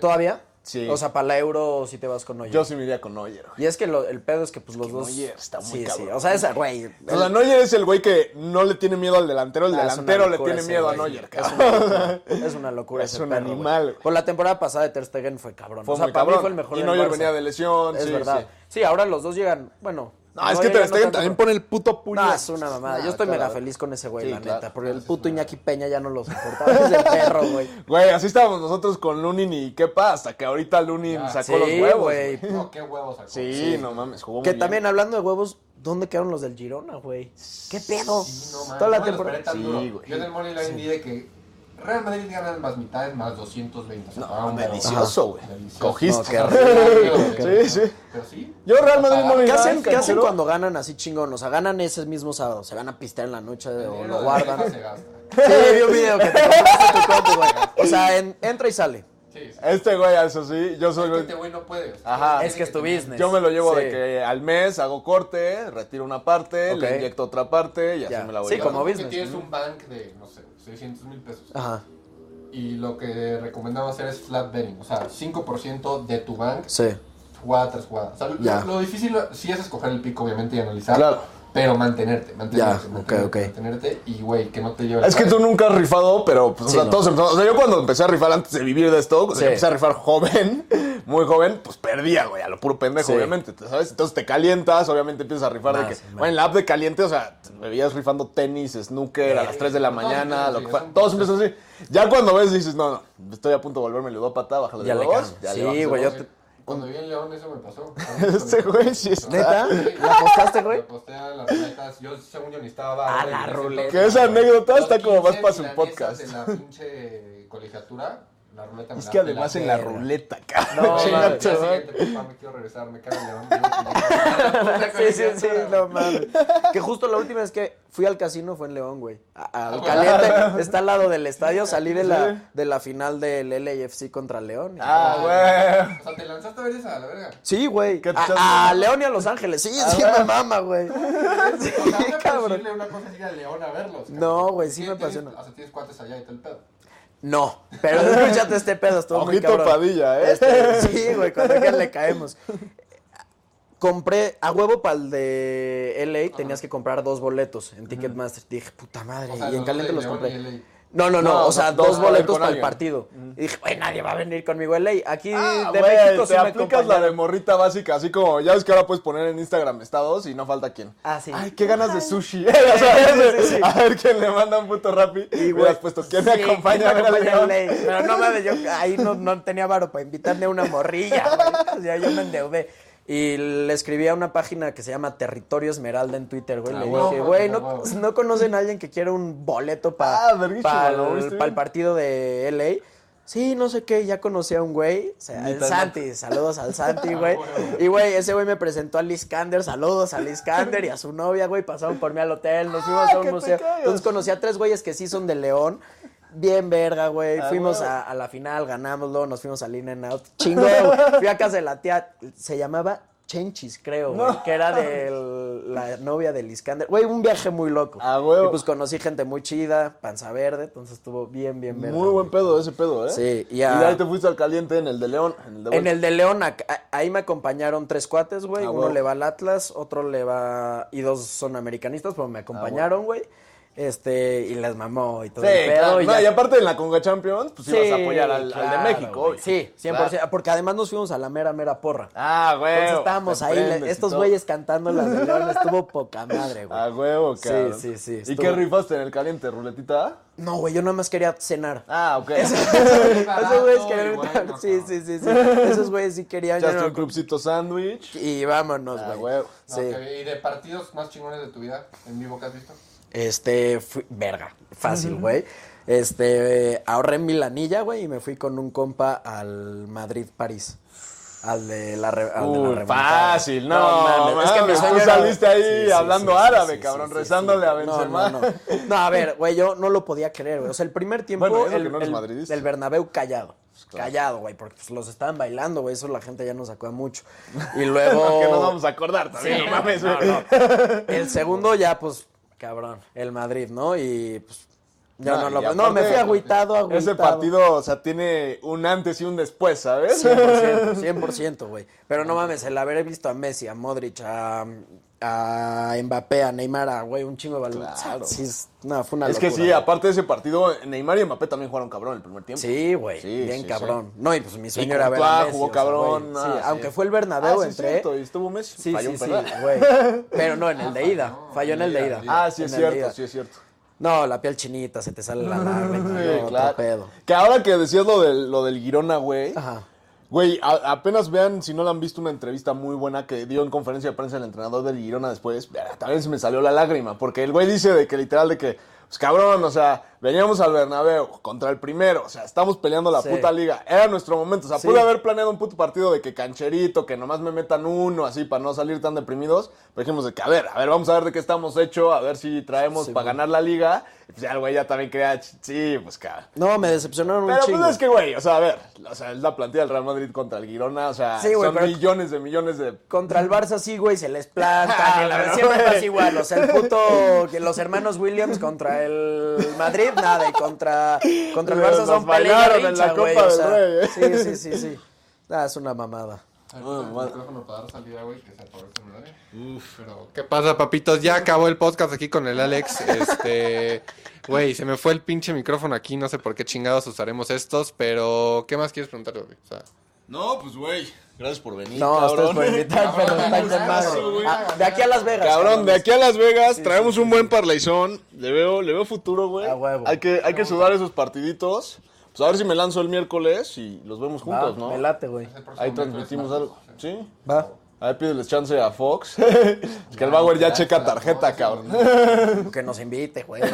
¿Todavía?
Sí.
O sea, para la Euro si te vas con Neuer.
Yo sí me iría con Neuer. güey.
Y es que lo- el pedo es que pues los dos
Neuer está muy
Sí, sí,
cabrón.
o sea, esa güey.
O sea, Neuer es el güey que no le tiene miedo al delantero, el
Ah, es una
delantero le
locura
tiene
ese
miedo a
güey.
Neuer.
Es
cabrón.
una locura. Es una locura
Es
ese
un
perro, güey.
animal, güey.
Por la temporada pasada de Ter Stegen fue cabrón.
Fue
o sea,
muy
para mí
cabrón.
fue el mejor
Y
del
Neuer
Barça.
venía de lesión,
Es
sí,
verdad. Sí. ahora los dos llegan, bueno,
No, es
No,
que
yo ya
Ter
no
Stegen
tanto,
también
pero-
pone el puto puño.
No, es una mamada.
No,
Yo estoy
está
mega
la-
feliz con ese güey,
Sí,
la
claro.
neta. Porque el puto Iñaki Peña ya no lo soportaba. Es el perro, güey.
Güey, así estábamos nosotros con Lunin y qué pasa, que ahorita Lunin sacó los
Ah, Sí,
huevos.
güey.
No, qué huevos sacó.
Sí, no mames, jugó muy
Que
bien.
también, hablando de huevos, ¿dónde quedaron los del Girona, güey? ¿Qué pedo? Toda la temporada.
Sí, güey.
Yo en el Money Line vi de que Real Madrid gana las mitades más 220. O sea, pagaba un
Delicioso, güey.
huevo. Delicioso.
Cogiste.
No, qué rico, güey.
sí, sí.
Pero sí.
Yo Real Madrid
¿Qué hacen,
no Moneyline,
qué hacen
canchero.
cuando ganan así chingón? O sea, ganan ese mismo sábado. Se van a pistear en la noche o
Dinero
lo
de
guardan.
Deja se gasta.
Sí, vi un video que te compraste tu compu, güey. O sea, en- entra y sale.
Sí, sí.
Este güey, eso sí, yo soy...
Este güey no puede.
Ajá.
Ah, Es que es tu business.
Yo me lo llevo
Sí.
de que al mes hago corte, retiro una parte,
Ok.
le inyecto otra parte y así
Ya.
me la voy
Sí,
llevando.
como
Que
business,
tienes
¿no?
un bank de, no sé, 600 mil pesos.
Ajá.
Y lo que recomendaba hacer es flat betting. O sea, 5% de tu bank
Sí.
jugada tras jugada. O sea, lo-
Ya.
lo, difícil sí es escoger el pico, obviamente, y analizar.
Claro.
Pero mantenerte, mantenerte.
ok,
mantenerte,
ok.
mantenerte y, güey, que no te lleve.
Es que tú nunca has rifado, pero pues,
Sí,
o sea,
no.
todos empezamos. O sea, yo cuando empecé a rifar antes de vivir de esto, o sea,
Sí.
yo empecé a rifar joven, muy joven, pues perdía, güey, a lo puro pendejo,
Sí. Ah,
obviamente, ¿te ¿sabes? Entonces te calientas, obviamente empiezas a rifar de
Más,
que,
más.
güey, en la app de caliente, o sea, te me veías rifando tenis, snooker a las 3 de la
Todos
mañana,
empiezan
lo
así,
que
es
fuera.
un
Todos empiezan así. Ya cuando ves, dices, no, no, estoy a punto de volverme ludópata, bájale
Ya
de
le
dos.
cambio.
ya le
Sí,
bajas
güey,
de
yo
dos.
te-
Cuando vi en León, eso me pasó. Ah,
Este güey sí
¿Neta?
está.
¿La apostaste, güey?
Aposté a las ruletas. Yo, según yo, ni estaba.
A Ah, la ruleta.
Que esa anécdota está como más para su podcast.
En la pinche colegiatura, la ruleta me
Es
la
que además
pela.
en la ruleta, cabrón.
No,
Sí,
mames.
al
Chingate,
día
¿no?
siguiente, papá, me quiero regresar, me cago en León. digo,
Sí, sí, sí, no mames. Que justo la última vez que fui al casino fue en León, güey. A- Al caliente, está al lado del estadio. Salí de la, de la final del LAFC contra León.
Ah, güey.
O sea, te lanzaste a ver esa, a la verga.
Sí, güey.
¿Qué te estás
A, a León y a Los Ángeles. Sí, sí, me mama, güey. Ah, Sí,
O sea, no
cabrón.
cabrón. una cosa así a León a verlos. cabrón.
No, güey, sí me
tienes-
apasiona.
O sea, tienes cuates allá y todo el pedo.
No, pero escúchate este pedo, estuvo muy
Ojito
cabrón.
Padilla, ¿eh?
Este, sí, güey, cuando que le caemos. Compré a huevo para el de LA, tenías que comprar dos boletos en Ticketmaster. Dije, puta madre,
O sea,
y en
los
caliente
de
los
León
compré.
y LA.
No, no, no,
No,
o sea,
dos
dos,
para ir
boletos
con
para el
alguien.
partido. Y dije, güey, nadie va a venir conmigo a LA. Aquí
Ah,
de
güey,
México
te
se me
aplicas la
acompañaron.
de morrita básica, así como ya ves que ahora puedes poner en Instagram estados y no falta quién.
Ah, sí.
Ay, qué ganas de sushi. eh, O sea,
Sí, sí, sí.
A ver quién le manda un puto rapi. Y
güey,
hubieras puesto quién
sí,
me acompaña.
¿quién me
a ver al
acompaña a
león?
LA? Pero no mames, yo ahí no, no tenía varo para invitarme a una morrilla, güey. O sea, yo me endeudé. Y le escribí a una página que se llama Territorio Esmeralda en Twitter, güey.
Ah,
le
huevo,
dije, güey,
huevo,
no,
huevo.
no conocen a alguien que quiera un boleto para
Ah, verguísima, ¿lo viste bien?
el partido de LA. Sí, no sé qué, ya conocí a un güey, o sea, el Santi, saludos al Santi,
Ah,
güey. Y güey, ese güey me presentó a Liskander, saludos a Liskander y a su novia, güey, pasaron por mí al hotel, nos fuimos a
que
un
te
museo.
cagas.
Entonces conocí a tres güeyes que sí son de León. Bien verga, güey.
Ah,
fuimos a, a la final, ganamos, luego nos fuimos al In and Out. Chingo, güey. Fui a casa de la tía, se llamaba Chenchis, creo, güey, que era de la novia de Liskander. Güey, un viaje muy loco.
Ah, huevo.
Y pues conocí gente muy chida, panza verde, entonces estuvo bien, bien verga.
Muy buen
güey.
pedo ese pedo, ¿eh?
Sí, y
y
a-
de ahí te fuiste al caliente en el de León. En el de
En
vuelta.
el de León, ac- a- ahí me acompañaron tres cuates, güey.
Ah,
Uno
huevo.
le va al Atlas, otro le va. Y dos son americanistas,
Ah,
pero me acompañaron, güey. Este, y les mamó y todo. el
Sí,
pedo,
claro.
y
No,
ya-
y aparte en la Conga Champions, pues ibas a apoyar al, al
claro,
de México,
güey.
obvio.
Sí, 100%.
Claro.
Porque además nos fuimos a la mera, mera porra.
Ah, güey.
Entonces estábamos ahí, le- estos güeyes cantando las de León. Estuvo poca madre, güey.
Ah, huevo,
Sí,
cabrón.
sí, sí,
¿Y
estuvo-
qué rifaste en el caliente? ¿Ruletita?
No, güey, yo nada más quería cenar.
Ah, ok. Ah,
Esos güeyes
Barato
querían.
y bueno,
sí, sí, sí, sí. Esos güeyes sí querían. yo
Echaste
no-
un clubcito sándwich.
Y vámonos,
Ah,
güey.
huevo.
Sí.
Ok, ¿Y de partidos más chingones de tu vida en vivo que has visto?
Este, fui- verga, fácil, güey. Este, ahorré en Milanilla, güey, y me fui con un compa al Madrid-París. Al de la, re, al de la
Uy,
remontada.
fácil, no,
mames, es que mi
mames, Ah,
sueño
tú
era-
saliste ahí hablando árabe, cabrón, rezándole a
No,
Benzema.
No, no, No, a ver, güey, yo no lo podía creer, güey. O sea, el primer tiempo,
Bueno, eso
el,
que no eres
el-
madridista.
el Bernabéu callado. Callado, güey, porque pues, los estaban bailando, güey. Eso la gente ya nos sacó mucho. Y luego...
Que nos vamos a acordar también, no mames, güey.
El segundo ya, pues, cabrón, el Madrid, ¿no? Y pues, No, no,
y
no, no,
aparte,
me fui agüitado, agüitado.
Ese partido, o sea, tiene un antes y un después, ¿sabes?
100%, 100%, güey. Pero no mames, el haber visto a Messi, a Modric, a, a Mbappé, a Neymar, a, güey, un chingo de balón.
Claro.
Sí, es- no, fue una
Es que
locura,
sí,
güey.
aparte de ese partido, Neymar y Mbappé también jugaron cabrón el primer tiempo.
Sí, güey,
Sí,
bien
sí,
cabrón. No, y pues mi sueño era ver
Courtois
a Messi.
jugó
o sea,
cabrón,
güey,
ah,
sí,
sí.
aunque fue el Bernabéu,
Ah, sí,
entré.
cierto, y estuvo Messi.
Sí,
Falló
sí,
un
sí,
penal.
güey. Pero no, en el de ida. Falló en el de ida.
Ah, sí, es
En el de
cierto,
ida.
sí, es cierto.
No, la piel chinita, se te sale la lágrima.
Sí,
no, otro
claro.
pedo.
Que ahora que decías lo del, lo del Girona, güey.
Ajá.
Güey, a- apenas vean, si no la han visto, una entrevista muy buena que dio en conferencia de prensa el entrenador del Girona después. verga, También se me salió la lágrima, porque el güey dice de que literal de que, pues cabrón, o sea, veníamos al Bernabéu contra el primero, o sea, estamos peleando la
Sí.
puta liga. Era nuestro momento, o sea,
Sí.
pude haber planeado un puto partido de que cancherito, que nomás me metan uno, así, para no salir tan deprimidos. Pero dijimos de que, a ver, a ver, vamos a ver de qué estamos hechos, a ver si traemos para ganar la liga. Y pues ya el güey ya también crea, ch- sí, pues cabrón.
No, me decepcionaron un
Pero
chingo.
pues es que, güey, o sea, a ver, o sea, es la plantilla del Real Madrid contra el Girona, o sea,
Sí, güey,
son
pero-
millones de millones de...
Contra el Barça sí, güey, se les planta.
Ah, pero,
siempre
güey.
pasa igual. O sea, el puto. que Los hermanos Williams contra el Madrid, nada. Y contra, contra el
Pero
Barça son
nos bailaron
pelea
en la
rincha, güey.
Copa
o
del
sea,
Rey, eh.
Sí, sí, sí, sí. Ah, es una mamada.
Pero, ¿Qué pasa, papitos? Ya acabó el podcast aquí con el Alex. Este, güey, se me fue el pinche micrófono aquí. No sé por qué chingados usaremos estos, pero ¿qué más quieres preguntar, güey? O sea,
No, pues, güey, gracias por venir.
No, a ustedes por invitar, pero están con madre. Ah, De aquí a Las Vegas.
Cabrón, de aquí a Las Vegas traemos un buen parlaizón. Le veo, le veo futuro, güey.
A huevo.
Hay que, hay que sudar esos partiditos. Pues a ver si me lanzo el miércoles y los vemos
Va,
juntos, ¿no?
Ah, Me late, güey.
Ahí transmitimos algo. ¿Sí?
Va.
Ahí pídeles chance a Fox. Es que el Bauer ya checa tarjeta, cabrón.
Que nos invite, güey.
Pues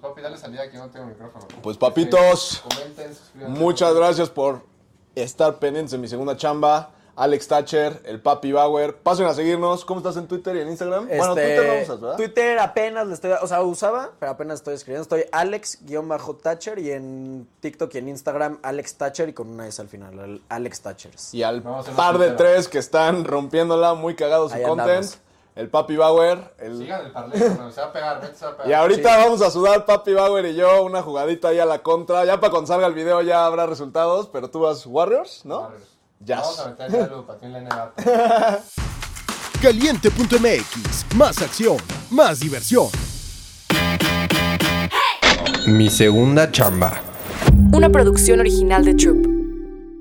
papi, dale salida que yo no tengo micrófono.
Pues papitos,
Comenten, suscríbanse.
muchas gracias por estar pendientes de mi segunda chamba. Alex Thatcher, el Papi Bauer. Pasen a seguirnos. ¿Cómo estás en Twitter y en Instagram? Bueno,
Este,
Twitter no usas, ¿verdad?
Twitter apenas le estoy, o sea, usaba, pero apenas estoy escribiendo. Estoy Alex-Thatcher y en TikTok y en Instagram Alex Thatcher y con una S al final, al- Alex Thatcher.
Y al
Vamos a hacer
par
los
de
primeros.
tres que están rompiéndola, muy cagados su
Ahí
content.
andamos.
El Papi Bauer. el-
Sigan el parleo, no, se va a pegar, vete, se va a pegar.
Y ahorita vamos a sudar Papi Bauer y yo una jugadita ahí a la contra. Ya para cuando salga el video ya habrá resultados, pero tú vas Warriors, ¿no?
Warriors.
Jazz.
Vamos a pues. meter ya lupa aquí en la NBA.
Caliente.mx. Más acción, más diversión.
mi segunda chamba.
Una producción original de Troop.